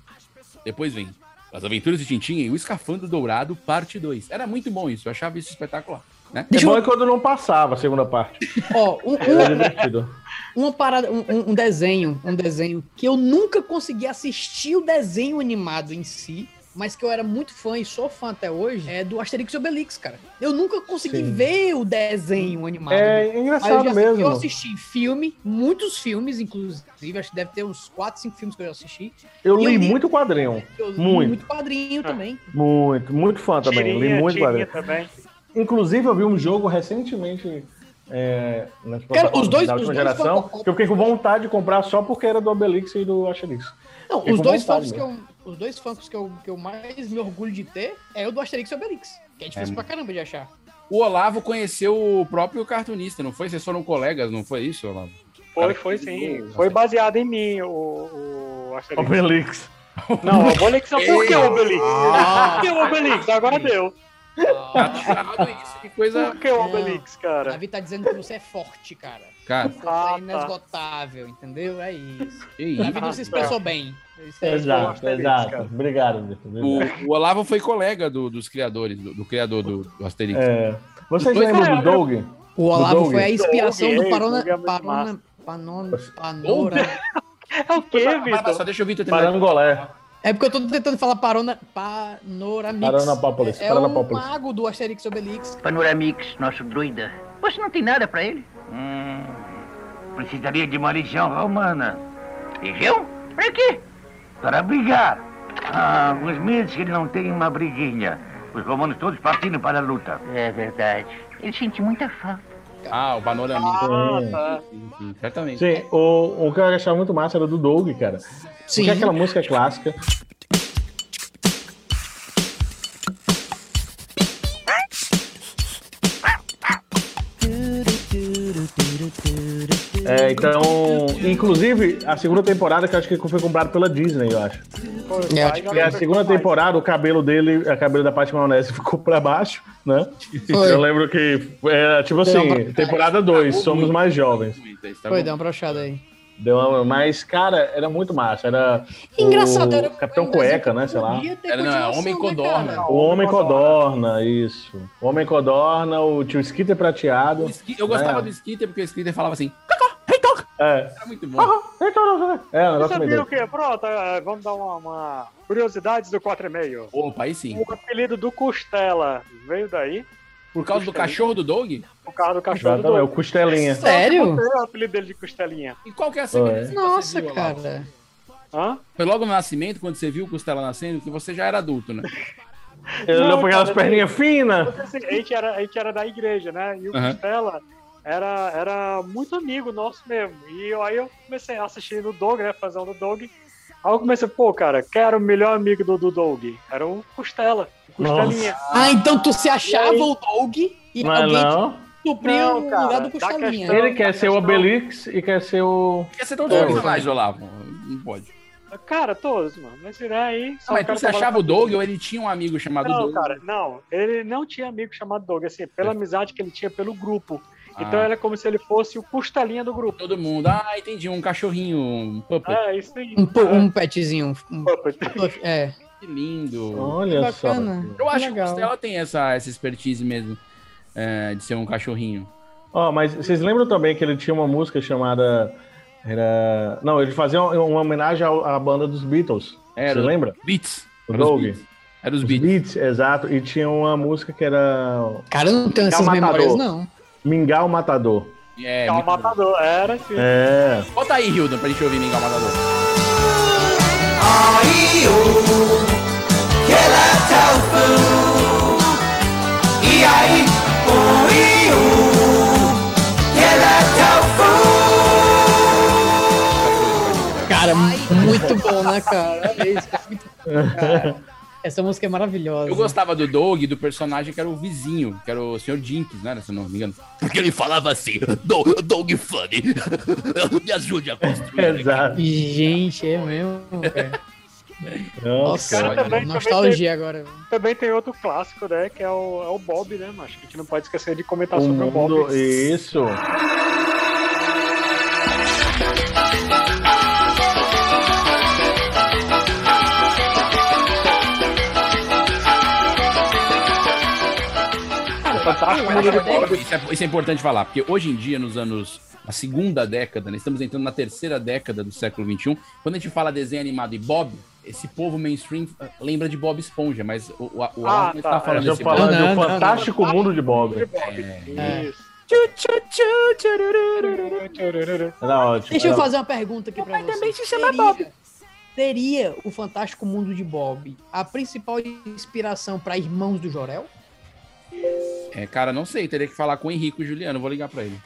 Depois vem As Aventuras de Tintin e o Escafandro Dourado, parte 2. Era muito bom isso, eu achava isso espetacular. Né? É bom é quando não passava a segunda parte. Ó, um- Era um- divertido. uma parada, um, um- um desenho, um desenho que eu nunca consegui assistir o desenho animado em si, mas que eu era muito fã e sou fã até hoje, é do Asterix e Obelix, cara. Eu nunca consegui Sim. ver o desenho animado. Mas eu, É assim, já engraçado assisti, eu mesmo. assisti filme, muitos filmes, inclusive, acho que deve ter uns 4, 5 filmes que eu já assisti. Eu eu li li- muito quadrinho. Eu li Muito. muito quadrinho É. também. Muito, muito fã também. Li Tirinha, muito quadrinho. tirinha também. Inclusive, eu vi um jogo recentemente. É, na Cara, os dois- da os última dois geração, foram- que eu fiquei com vontade de comprar só porque era do Obelix e do Asterix. Não, Fiquei os com dois, vontade né? fãs que eu, os dois fãs que eu, que eu mais me orgulho de ter é o do Asterix e Obelix, que é difícil pra caramba de achar. [LAUGHS] O Olavo conheceu o próprio cartunista, não foi? Vocês foram colegas, não foi isso, Olavo? [LAUGHS] Foi, foi sim. Foi baseado em mim, o, o Asterix. Obelix. Não, o Obelix. Por que o Obelix? Por que o Obelix? Agora deu. Ah, Errado isso, que coisa. Por que o Não. Obelix, O cara? Davi Ah, tá dizendo que você é forte, cara. Cara, Você Ah, é inesgotável, entendeu? É isso. que O isso. Davi tá. não se expressou bem. Isso aí. Exato, Asterix, exato. cara. Obrigado, Vinícius. O, o Olavo foi colega do- dos criadores, do, do criador do, do Asterix. É, vocês Dois- lembram né? do Doug? O Olavo Doug. foi a inspiração Doug, do é, Parona. Doug é muito Parona. massa. Panona. Panora. É o que, Ah, Mas, mas Vitor? só deixa o Vitor terminar. Parangolé. É porque eu tô tentando falar Parona. Panoramix. Paranapopolis, É, é o Paranapopolis. mago do Asterix e Obelix. Panoramix, nosso druida. Você não tem nada pra ele? Hum, precisaria de uma legião romana. Legião? Pra quê? Para brigar. Há alguns meses que ele não tem uma briguinha. Os romanos todos partindo para a luta. É verdade. Ele sente muita falta. Ah, o Panorama. Ah, tá. Sim, sim, certamente. Sim, o, o que eu achava muito massa era do Doug, cara. Sim. Porque é aquela música clássica. É, então, inclusive, a segunda temporada que eu acho que foi comprada pela Disney, eu acho. É, Aí E já não a foi segunda mais. temporada, o cabelo dele, a cabelo da Paty Maionese [LAUGHS] ficou pra baixo, né? Foi. tá Eu lembro que era tipo assim, temporada 2, somos mais jovens. Muito, isso tá Foi, bom. dá uma brochada aí. Deu uma- mas, cara, era muito massa. Era Engraçado, o era. Capitão foi um desenho Cueca, que né? Sei lá. podia ter Era, não, é continuação, Homem né, Codorna. cara? O Homem Codorna, isso. O Homem Codorna, o tio Skitter prateado. O Ski- Eu gostava É. do Skitter porque o Skitter falava assim, É, era muito bom. é um Você negócio meio sabia o doido. que? Pronto, é, vamos dar uma, uma curiosidades do 4,5. Opa, aí sim. O apelido do Costela veio daí, Por causa do cachorro do Doug? por causa do cachorro Exatamente, o do Costelinha. Sério? Qual é o apelido dele de Costelinha? E qual que é a semelhança? Nossa, cara. Hã? Foi logo no nascimento, quando você viu o Costela nascendo, que você já era adulto, né? Ele Não, olhou pra aquelas cara, perninhas finas. Porque, assim, a, gente era, a gente era da igreja, né? E o Aham. Costela era, era muito amigo nosso mesmo. E eu- aí eu comecei a assistir do Doug, né? Fazendo do Doug. Aí eu comecei, pô, cara, quero o melhor amigo do, do Doug. Era o Costela. o Costelinha. Ah, então tu se achava o Doug e Não é alguém te não? supriu Não, o cara, lugar do da Costelinha. questão- Ele quer ser o Obelix e quer ser o. Porque você tem É, dois eu- personagens, Olavo. Não pode. Cara, todos, mano. Mas se der aí. Ah, mas quero tu, você trabalhar achava com o Doug ou ele tinha um amigo chamado Não, Doug? É. cara, não. Ele não tinha amigo chamado Doug, assim, pela amizade que ele tinha pelo grupo. Ah. Então era como se ele fosse o costelinha do grupo. Todo mundo. Ah, entendi. Um cachorrinho, um puppet. Ah, isso aí. Um, pu- um petzinho. Um, Puppet. é. Que lindo. Olha Que só. bacana. Eu acho que o Legal. Costela tem essa, essa expertise mesmo é, de ser um cachorrinho. Ó, mas vocês lembram também que ele tinha uma música chamada. Era... Não, ele fazia uma, uma homenagem ao- à banda dos Beatles. É, Era. Você lembra? Beats. O Era os Doug. Beats. Era os Os Beats. Beats, exato. E tinha uma música que era Cara, eu não tenho Dá essas um matador. memórias, não. Mingau Matador. É, É o muito bom. matador. Era assim. É. Bota aí, Hilda, pra gente ouvir Mingau Matador. Cara, muito [LAUGHS] bom, né, cara? Olha isso, é muito bom, cara. Essa música é maravilhosa. Eu gostava do Doug, e do personagem que era o vizinho, que era o Sr. Jinx, né? Se não me engano. Porque ele falava assim, Doug, Doug Funny, me ajude a construir. É, Exato. Gente, é mesmo, velho. [LAUGHS] Nossa. Nossa, cara cara, também- nostalgia agora. Também tem outro clássico, né? Que é o, é o Bob, né, macho? Que a gente não pode esquecer de comentar O sobre o mundo. Bob. Isso. Ah, Fantástico Eu acho mundo do Bob. que Isso é, isso é importante falar, porque hoje em dia, nos anos. Na segunda década, né? Estamos entrando na terceira década do século XXI. Quando a gente fala desenho animado e Bob, esse povo mainstream eh, lembra de Bob Esponja, mas o, o, o Ah, Alan tá. está é, Eu falando já desse falando Não, do não, não, Fantástico Mundo de Bob. É. Isso. Era Tá ótimo. Deixa eu era- fazer uma pergunta aqui pra você. também se chama Bob. Seria o Fantástico Mundo de Bob a principal inspiração pra Irmãos do Jorel? É, cara, não sei, teria que falar com o Henrico e Juliano, vou ligar pra ele.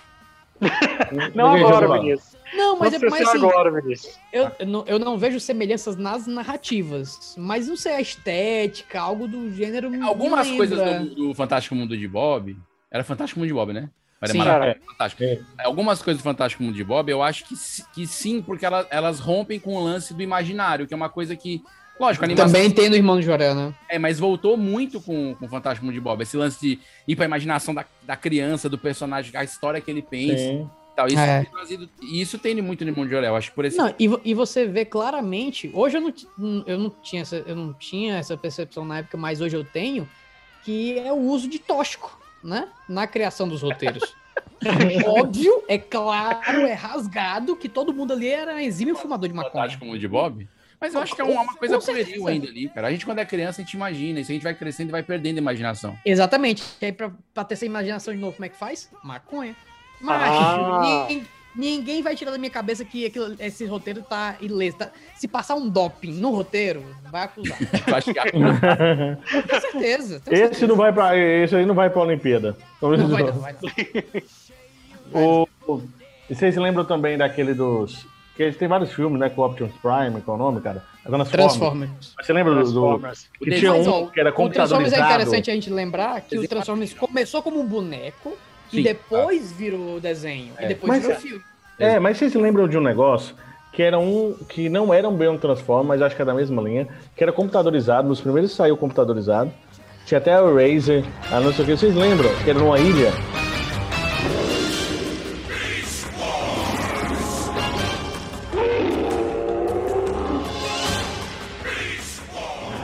Não Ninguém agora, jogou. Vinícius. Não, mas não é precisa mais ser assim, agora, Vinícius. eu, eu não, eu não vejo semelhanças nas narrativas, mas não sei, a estética, algo do gênero. me Algumas lembra. coisas do, do Fantástico Mundo de Bob. Era Fantástico Mundo de Bob, né? Era Sim. Maravilha, Cara. Fantástico. É. Algumas coisas do Fantástico Mundo de Bob, eu acho que, si- que sim, porque ela- elas rompem com o lance do imaginário, que é uma coisa que. Lógico, a animação Também tem no Irmão do Jorel, né? é, mas voltou muito com, com o Fantástico Mundo de Bob. Esse lance de ir pra imaginação da, da criança, do personagem, a história que ele pensa e Sim. [LAUGHS] tal. Isso, É. tem trazido- e isso tem muito no Mundo de Orel. Acho que por esse. Não, e, vo- e você vê claramente, hoje eu não, ti- hum, eu, não tinha essa, eu não tinha essa percepção na época, mas hoje eu tenho, que é o uso de tóxico, né? Na criação dos roteiros. Óbvio, é claro, é rasgado que todo mundo ali era exímio fumador de maconha. Fantástico Mundo de Bob. Mas eu acho que é uma, uma coisa Com certeza. pueril ainda ali, cara. A gente, quando é criança, a gente imagina. Isso a gente vai crescendo e vai perdendo a imaginação. Exatamente. E aí, pra, pra ter essa imaginação de novo, como é que faz? Maconha. Mas Ah. ninguém, ninguém vai tirar da minha cabeça que aquilo- esse roteiro tá ileso. tá- Se passar um doping no roteiro, vai acusar. Eu acho [LAUGHS] que a- Com certeza. tenho Esse não vai pra. Esse aí não vai pra Olimpíada. Não [LAUGHS] vai, não vai. não. O- o- e vocês lembram também daquele dos. Que tem vários filmes, né? Com Optimus Prime, qual é o nome, cara? É Transformers. Transformers. Mas Você lembra do- do. Transformers. que tinha Mas, ó, um que era O Transformers é computadorizado. interessante a gente lembrar que o Transformers começou como um boneco Sim, e depois virou desenho. E depois Mas virou é- filme. É, mas vocês lembram de um negócio que era um. que não era um bem um Transformer, mas acho que era da mesma linha, que era computadorizado, nos primeiros que saiu computadorizado. Tinha até o Razer, a não sei o que. Vocês lembram? Que era numa ilha.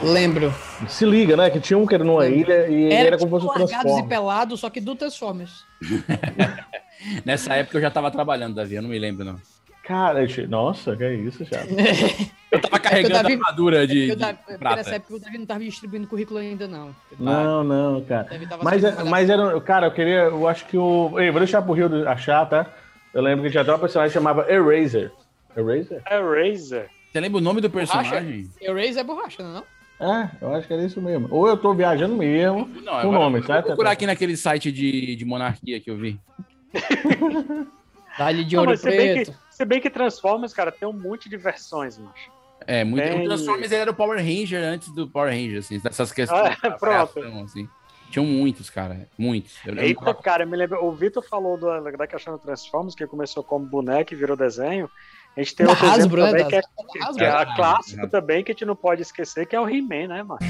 Lembro. Se liga, né? Que tinha um que era numa ilha e era, Era como tipo se fosse um largados e Transformer. pelados, só que do Transformers. Nessa época eu já tava trabalhando, Davi, eu não me lembro, não. Cara, eu te- nossa, que é isso, já. Eu tava carregando Davi- a armadura de, Eu de tava- porque prata. Nessa época o Davi não tava distribuindo currículo ainda, não. Não, não, cara. Deve tava Mas, sendo é- mas era. Cara, eu queria. Eu acho que o. Ei, vou deixar pro Rio do- achar, tá? Eu lembro que tinha até uma personagem que chamava Eraser. Eraser? É Razer. Você lembra o nome do personagem? Erase é borracha, não é? não? É, eu acho que era isso mesmo. Ou eu tô viajando mesmo. Não, com o agora- nome, Vou certo? procurar aqui naquele site de, de monarquia que eu vi. Dali de Não, ouro mas se bem, preto. que, se bem que Transformers, cara, tem um monte de versões, macho. É, muito. Tem- O Transformers ele era o Power Ranger antes do Power Ranger, assim, dessas questões. Ah, da [LAUGHS] pronto. criação, assim. Tinham muitos, cara. Muitos. Eu é lembro Eita, que- cara, eu me lembro. O Vitor falou do, da questão do Transformers, que começou como boneco e virou desenho. A gente tem Da outro exemplo Hasbro, né, também, da- que é, da Hasbro. que é a clássico também, que a gente não pode esquecer, que é o He-Man, né, macho?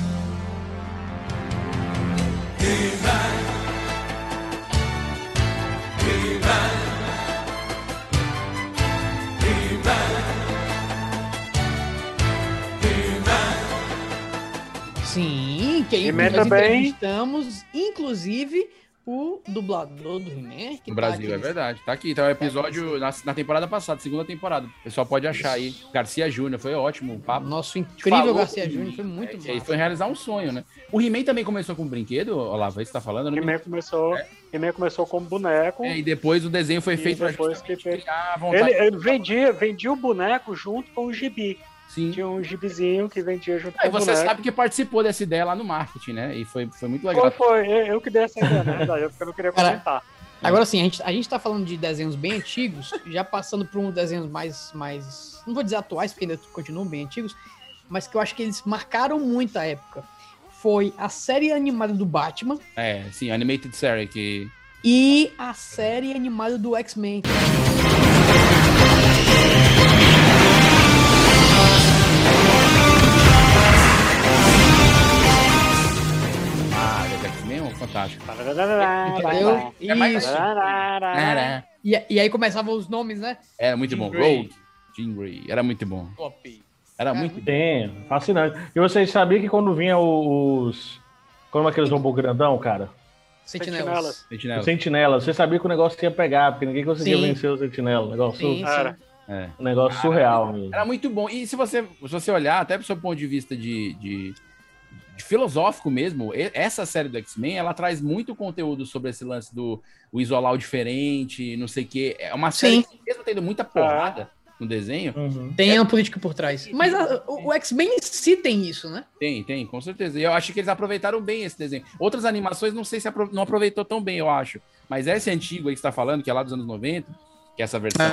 Sim, que aí He-Man nós também. entrevistamos, inclusive, o dublador do He-Man. que No tá Brasil, aqui é nesse- verdade. Tá aqui, tá o episódio na, na temporada passada, segunda temporada. O pessoal pode achar aí. Garcia Júnior, foi ótimo o papo. Nosso Falou incrível do Garcia He-Man, Júnior foi muito É, bom. Ele foi realizar um sonho, né? O He-Man também começou com um brinquedo, Olavo, aí você tá falando? Eu não me- He-Man começou, He-Man começou como boneco. É, e tá depois o desenho foi E feito pra depois que justamente criar a vontade. Ele, ele vendia, vendia o boneco junto com o gibi. Sim. Tinha um gibizinho que vendia junto Aí com o você boneco. sabe que participou dessa ideia lá no marketing, né? E foi, foi muito legal. Qual foi? Eu, eu que dei essa ideia, na verdade, porque eu não queria Cara, comentar. Agora sim, a gente, a gente tá falando de desenhos bem antigos, [LAUGHS] já passando por uns desenhos mais, mais. Não vou dizer atuais, porque ainda continuam bem antigos, mas que eu acho que eles marcaram muito a época. Foi a série animada do Batman É, sim, Animated Series, que e a série animada do X-Men. Ah, é Jack mesmo? Fantástico. Entendeu? É mais Isso. Era, E, e aí começavam os nomes, né? É, era muito bom. Grey. Rogue, Jean Grey, era muito bom. Top. Era Cara, muito bom. Tem, fascinante. E vocês sabiam que quando vinha os. Como é aqueles robôs grandão, cara? Sentinelas. Sentinela. Os sentinela, você sabia que o negócio ia pegar, porque ninguém conseguia Sim. vencer o sentinela. Um negócio, Sim, Cara, sim. É. um negócio surreal, meu. Era muito bom. E se você, se você olhar, até pro seu ponto de vista de, de- de filosófico mesmo, e- essa série do X-Men, ela traz muito conteúdo sobre esse lance do o isolar o diferente, não sei o quê. É uma série Sim. Ah. que mesmo tendo muita porrada no desenho, Tem uma política por trás. Mas a- o, o X-Men em si tem isso, né? tem, tem, com certeza. E eu acho que eles aproveitaram bem esse desenho. Outras animações, não sei se apro- não aproveitou tão bem, eu acho. Mas esse antigo aí que você tá falando, que é lá dos anos 90, que é essa versão.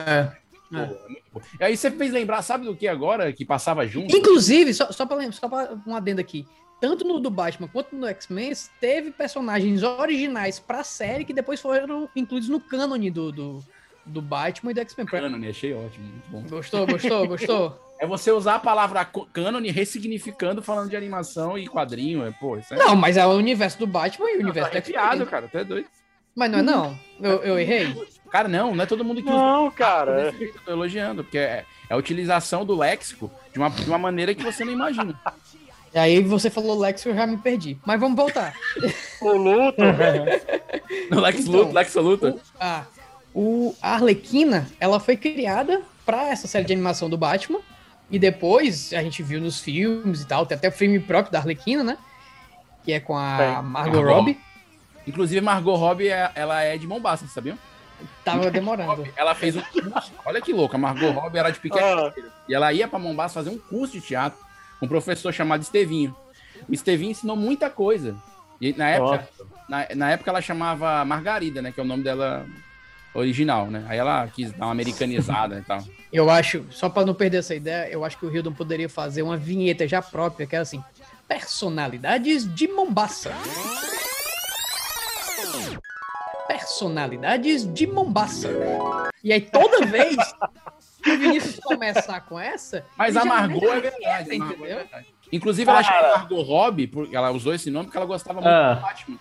boa, é muito boa. E aí você fez lembrar, sabe do que agora? Que passava junto? Inclusive, só, só pra lembrar, só pra um adendo aqui. Tanto no do Batman quanto no X-Men, teve personagens originais pra série que depois foram incluídos no cânone do, do, do Batman e do X-Men. Pra- Cânone, né? achei ótimo, muito bom. Gostou, gostou, gostou? É você usar a palavra co- cânone ressignificando falando de animação e quadrinho, é, pô, isso é Não, mas é o universo do Batman e o universo do piado, X-Men. cara, até doido. Mas não é não? Eu, eu errei? Cara, não, não é todo mundo que usa. Não, Por [LAUGHS] cara. isso que Eu tô elogiando, porque é, é a utilização do léxico de uma, de uma maneira que você não imagina. E aí você falou Lex eu já me perdi. Mas vamos voltar. O luto, No Lex Então, Luthor, Lex Luthor. O, a, o- a Arlequina, ela foi criada pra essa série de animação do Batman. E depois a gente viu nos filmes e tal, tem até o filme próprio da Arlequina, né? Que é com a Tem. Margot Margot. Robbie. Inclusive, Margot Robbie, é- ela é de Mombasa, sabiam? Tava demorando. Ela fez um curso. Olha que louca, a Margot Robbie era de Piquet. Ah. E ela ia pra Mombasa fazer um curso de teatro com um professor chamado Estevinho. O Estevinho ensinou muita coisa. E na época, na, na época ela chamava Margarida, né? Que é o nome dela original, né? Aí ela quis dar uma americanizada e tal. Eu acho, só pra não perder essa ideia, eu acho que o Hildon poderia fazer uma vinheta já própria, que era assim: Personalidades de Mombasa. Personalidades de Mombasa. E aí toda vez que o Vinícius começar com essa. Mas ele a já Margot mete é a verdade. vinheta, a Margot é entendeu? verdade. Inclusive, ela chama Margot Robbie, porque ela usou esse nome porque ela gostava muito Ah. do Batman.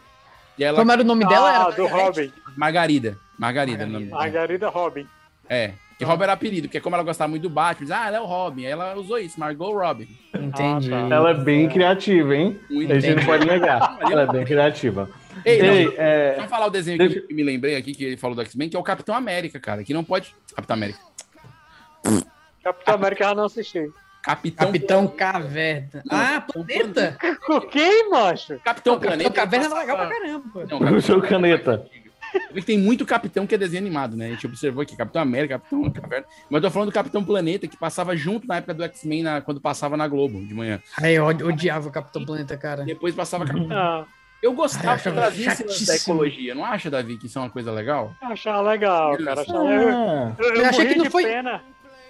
E ela, Como é? era o nome dela? Era ah, do Robin. Margarida. Margarida, é o nome dela. Margarida Robin. É. Que Robin era apelido, porque como ela gostava muito do Batman, diz, ah, ela é o Robin. Aí ela usou isso, Margot Robin. Entendi. Ah, tá. Ela é bem criativa, hein? Muito A gente bem. não [LAUGHS] pode negar. Ela é bem criativa. Ei, não, Ei, é, Deixa eu falar o desenho Deixa- que eu me lembrei aqui, que ele falou do X-Men, que é o Capitão América, cara. Que não pode. Capitão América. Capitão América eu não assisti. tá. Capitão. Capitão Caverna. Ah, planeta? O que, macho? Capitão Capitão Planeta. Caverna era Nossa, legal pra caramba. Não, é, [LAUGHS] o Capitão seu caneta. Eu vi que tem muito capitão que é desenho animado, né? A gente observou aqui, Capitão América, Capitão Caverna. Mas eu tô falando do Capitão Planeta, que passava junto na época do X-Men, na- quando passava na Globo de manhã. Aí eu odiava o Capitão Planeta, cara. Depois passava. Capitão- Ah, Eu gostava Ai, eu de trazer esse lance da chatíssimo. ecologia. Não acha, Davi, que isso é uma coisa legal? eu achava legal, cara. Achava... Eu, Ah, eu, eu Eu achei morri que não de foi- pena.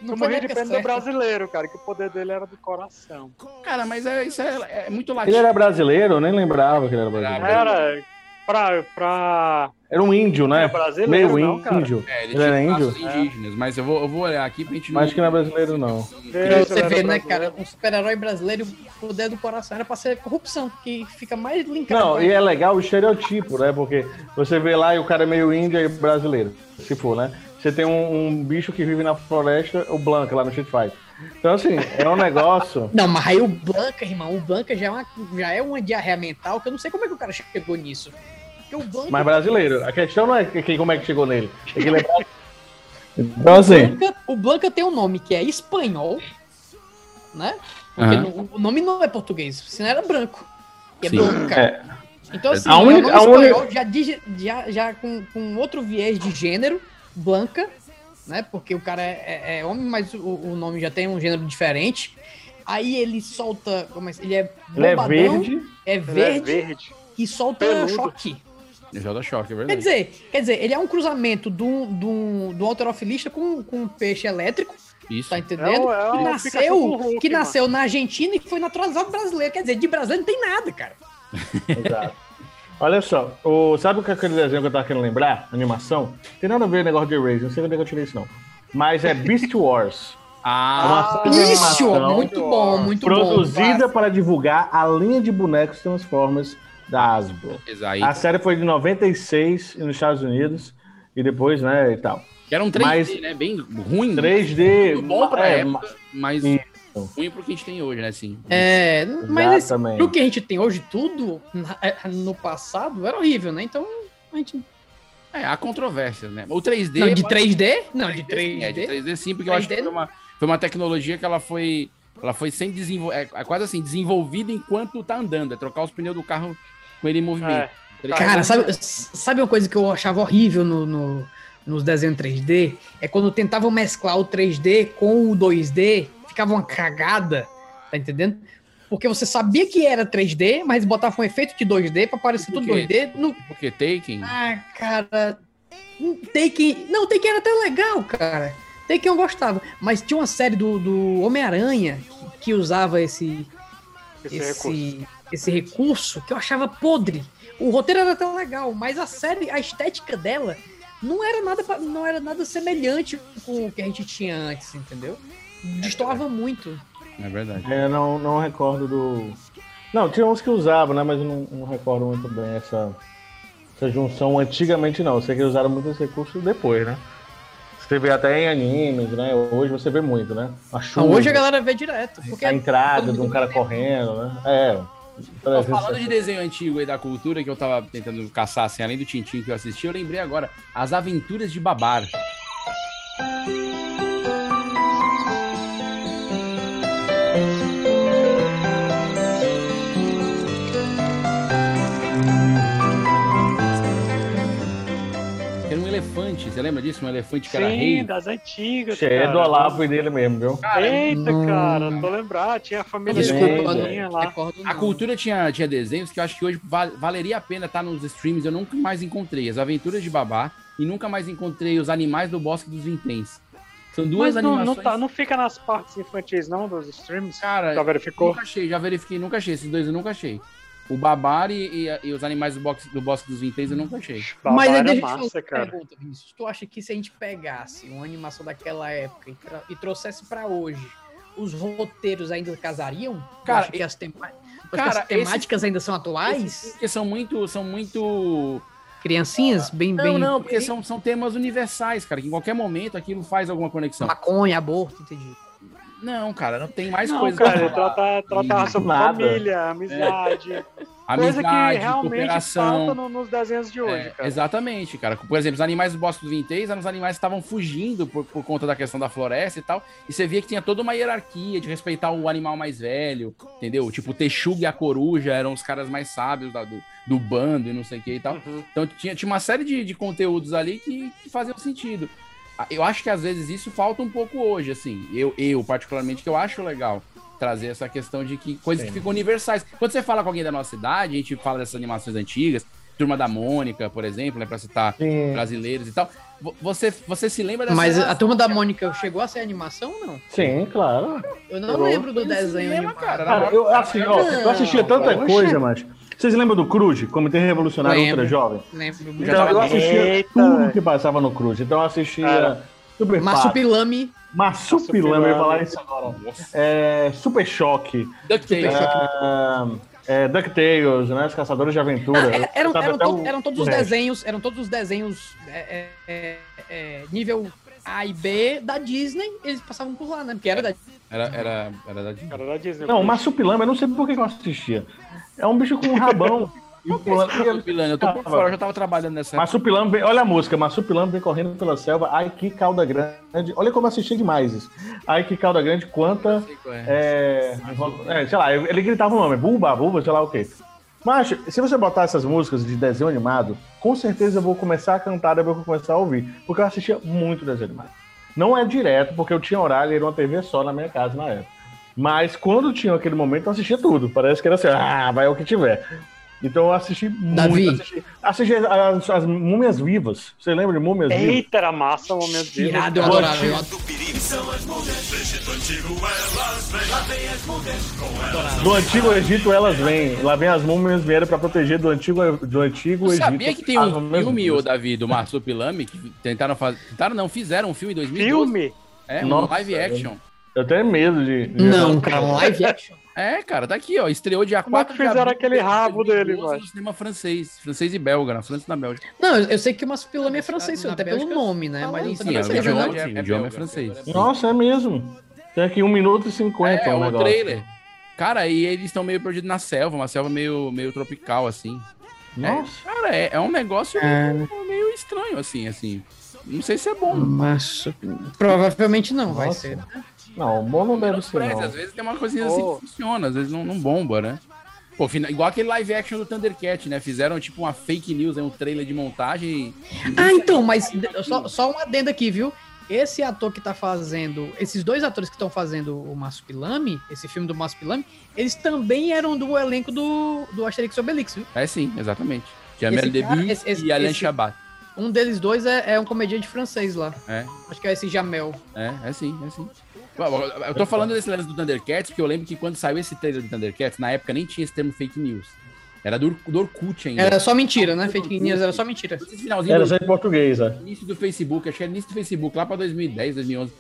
Não eu foi morri nem de que pena do certo. brasileiro, cara, que o poder dele era do coração. Cara, mas é, isso é, é muito Ah. ele latino. É. era brasileiro? Eu nem lembrava que ele era brasileiro. Era. Era. pra, pra Era um índio, né? É brasileiro, Meio não, cara. índio. É, ele ele era tinha índio? traços indígenas, mas eu vou, eu vou olhar aqui pra gente Mas acho que não é brasileiro, não. É, você era vê, né, brasileiro. cara? Um super-herói brasileiro, o poder do coração era pra ser corrupção, que fica mais linkado. Não, com- e é legal o estereotipo, né? Porque você vê lá e o cara é meio índio e brasileiro, se for, né? Você tem um, um bicho que vive na floresta, o Blanca, lá no Street Fighter. Então, assim, é um negócio. Não, mas aí o Blanca, irmão, o Blanca já é, uma, já é uma diarreia mental, que eu não sei como é que o cara chegou nisso. Porque o Blanca, Mas brasileiro. A questão não é que, como é que chegou nele. É que ele é brasileiro. Então, assim, Blanca- o Blanca tem um nome que é espanhol, né? Porque Aham. no- o nome não é português, senão era branco. E é Sim. Blanca. É. Então, assim, A o única- nome a única- espanhol já, dig- já, já com, com outro viés de gênero, Blanca, né? Porque o cara é, é- é homem, mas o, o nome já tem um gênero diferente. Aí ele solta. Como é, ele é ele é bombadão, verde. é ele é verde verde. e solta peludo. choque. Joga choque, é Quer verdade. dizer, quer dizer, ele é um cruzamento um, do, do, do alterofilista com, com um peixe elétrico, Isso. tá entendendo? É um- é um que Pikachu nasceu, com Hulk, que mano. nasceu na Argentina e que foi naturalizado brasileiro. Quer dizer, de brasileiro não tem nada, cara. Exato. Olha só, o, sabe o que é aquele desenho que eu tava querendo lembrar? Animação? Tem nada a ver com o negócio de Erased, não sei onde é que eu tirei isso não. Mas é Beast Wars. Ah, Uma Isso, animação muito bom, muito produzida bom. para divulgar a linha de bonecos Transformers da Hasbro. beleza, aí. A série foi de 96 nos Estados Unidos e depois, né, e tal. Que era um 3D, mas- né? Bem ruim. 3D, Muito bom pra é, época, mas Sim. ruim pro que a gente tem hoje, né? Assim. É, mas esse, exatamente. pro que a gente tem hoje, tudo na- é, no passado era horrível, né? Então, a gente. É, há controvérsias, né? O 3D. Não, de eu acho- 3D? Não, de É, de 3D. 3D sim, porque eu acho que 3D foi uma, foi uma tecnologia que ela foi. Ela foi sem desenvol... é, é quase assim, desenvolvida enquanto tá andando. É trocar os pneus do carro com ele em é, É, movimento. é Cara, sabe, sabe uma coisa que eu achava horrível no, no- nos desenhos 3D? É quando tentavam mesclar o 3D com o 2D, ficava uma cagada, tá entendendo? Porque você sabia que era 3D, mas botava um efeito de 2D pra parecer Por tudo quê? 2D. No... Porque um Taken. Ah, cara. um Taken. Não, Taken era até legal, cara. Taken eu gostava. Mas tinha uma série do, do Homem-Aranha que- que usava esse Esse, recurso. esse, esse recurso que eu achava podre. O roteiro era até legal, mas a série, a estética dela não era nada, pa- não era nada semelhante com o que a gente tinha antes, entendeu? Destoava muito. É verdade. É, não, não recordo do. Não, tinha uns que usavam, né? Mas eu não, não recordo muito bem essa, essa junção antigamente, não. Eu sei que eles usaram muito esse recurso depois, né? Você vê até em animes, né? Hoje você vê muito, né? A chuva, Então, hoje a galera vê direto. Porque a entrada de um cara correndo, né? É. Ó, parece- falando de desenho antigo aí da cultura, que eu tava tentando caçar, assim, além do Tintin que eu assisti, eu lembrei agora, As Aventuras de Babar. Era um elefante, você lembra disso? Um elefante que era Sim, rei. das antigas. Che- É cara. do Olavo e dele mesmo, viu? Eita, cara, tô lembrado. Tinha a família Desculpa, Bolinha eu não lá. recordo A não. cultura tinha, tinha desenhos que eu acho que hoje val- valeria a pena estar nos streams. Eu nunca mais encontrei as Aventuras de Babá e nunca mais encontrei os Animais do Bosque dos Vinténs. São duas Mas não, não, animações. tá, não fica nas partes infantis, não, dos streams? Cara, Já verificou? nunca achei, já verifiquei, nunca achei. Esses dois eu nunca achei. O Babar e, e- e os Animais do, boxe- do Bosque dos Vinténs eu nunca achei. Mas aí Barbárie é deixa eu te fazer massa, uma cara. pergunta, Vinícius. Tu acha que se a gente pegasse uma animação daquela época e, tra- e trouxesse pra hoje, os roteiros ainda casariam? Cara, acho que as, tema- acho que cara, as temáticas ainda são atuais? Porque são muito. São muito. Criancinhas bem, Não, bem... não, porque são, são temas universais, cara. Que em qualquer momento aquilo faz alguma conexão. Maconha, aborto, entendi. Não, cara, não tem mais Não, coisas. cara, é pra ele falar. trata, trata sobre Nada. É. família, amizade, coisa que Amizade, realmente cooperação. falta no- nos desenhos de hoje, É, cara. Exatamente, cara. Por exemplo, os animais do Bosque dos Vinténs eram os animais que estavam fugindo por, por conta da questão da floresta e tal. E você via que tinha toda uma hierarquia de respeitar o animal mais velho, entendeu? Tipo, o Texugo e a Coruja eram os caras mais sábios da- do, do bando e não sei o que e tal. Então tinha, tinha uma série de, de conteúdos ali que, que faziam sentido. Ah, Eu acho que às vezes isso falta um pouco hoje, assim. Eu, eu particularmente, que eu acho legal trazer essa questão de que coisas que ficam universais. Quando você fala com alguém da nossa idade, a gente fala dessas animações antigas, Turma da Mônica, por exemplo, né, pra citar Sim. brasileiros e tal. Vo- Você, você se lembra dessa É. Mas a turma é da Mônica chegou a ser animação ou não? Sim, claro. Eu não Chegou. lembro do Foi no desenho cinema, animado. cara. Cara, eu, assim, ó, eu assistia tanta coisa, mas Vocês lembram do Cruz, Comitê Revolucionário Lembro. Ultra Jovem? Lembro. muito. Então, eu assistia Eita, tudo velho. que passava no Cruz. Então, eu assistia Cara. Super Pato, Marsupilame. Marsupilame, eu ia falar isso agora. Nossa. É, Super Choque, DuckTales. ah, é, DuckTales, né? Os Caçadores de Aventura. Era- É, Eram, Sabe eram até um- to- o- eram todos o os resto. desenhos, eram todos os desenhos é, é, é, é, nível A e B da Disney, eles passavam por lá, né? Porque era da Era, era, era da Disney. cara da Disney. Não, o Marsupilame, eu não sei por que que eu assistia. É um bicho com um rabão. e pulando. e ele- Pilana, eu tô por fora, eu já tava trabalhando nessa. Marsupilame vem, olha a música, Marsupilame vem correndo pela selva, ai que calda grande, olha como eu assisti demais isso, ai que calda grande, quanta, Sei qual é. é, é, sei lá, ele gritava o nome, buba, buba, sei lá o quê. Mas, se você botar essas músicas de desenho animado, com certeza eu vou começar a cantar, depois eu vou começar a ouvir, porque eu assistia muito desenho animado. Não é direto, porque eu tinha horário e era uma TV só na minha casa na época. Mas quando tinha aquele momento, eu assistia tudo. Parece que era assim, ah, vai o que tiver. Então eu assisti Davi. muito. Assisti, assisti as, as Múmias Vivas. Você lembra de É Múmias Vivas? Eita, era massa o momento dele. Irado, eu adorava. Eu Do Antigo Egito elas vêm. Lá vem as múmias vieram pra proteger do Antigo, do antigo Tu Egito. sabia que tem As um múmias filme, ô vivas. Davi, do Marsupilame, que tentaram fazer. Tentaram, não, fizeram um filme em 2012. Filme? É, um Nossa, live action. Eu tenho medo de... de- Não, cara, live action. É, cara, tá aqui, ó. Estreou dia Como é 4 que de fizeram abril aquele de rabo dele, 2012 No cinema francês. Francês e belga, na França e na Bélgica. Não, eu eu sei que o Marsupilame é francês, até pelo nome, né? Fala Mas aí, não sim, sei se é é de verdade. onde. O idioma é francês. Nossa, é mesmo. Tem aqui 1 minuto e 50 É, o o negócio. trailer. Cara, e eles estão meio perdidos na selva, uma selva meio, meio tropical, assim. Nossa. Cara, é, é um negócio É. meio, meio estranho, assim, assim. Não sei se é bom. Marsupilame. Provavelmente não vai Nossa. ser. Não, bom não deve ser, Surpresa, não. às vezes tem uma coisinha assim Oh. que funciona, às vezes não, não bomba, né? Pô, fina- igual aquele live action do Thundercat, né? Fizeram tipo uma fake news, aí, um trailer de montagem. Ah, então, mas de- só, só um adendo aqui, viu? Esse ator que tá fazendo. Esses dois atores que estão fazendo o Marsupilame, esse filme do Marsupilame, eles também eram do elenco do, do Asterix e Obelix, viu? É sim, exatamente. Jamel Esse cara, Debbie esse- esse- e Alain esse- Chabat. Um deles dois é, é um comediante francês lá. É. Acho que é esse Jamel. É, é sim, é sim. Eu- Eu tô falando desse lance do Thundercats, porque eu lembro que quando saiu esse trailer do Thundercats, na época nem tinha esse termo fake news. Era do, Ork- do Orkut ainda. Era só mentira, né? Fake news era só mentira. Esse finalzinho Era do só em português, é. início do Facebook, acho que era início do Facebook, lá pra 2010, 2011.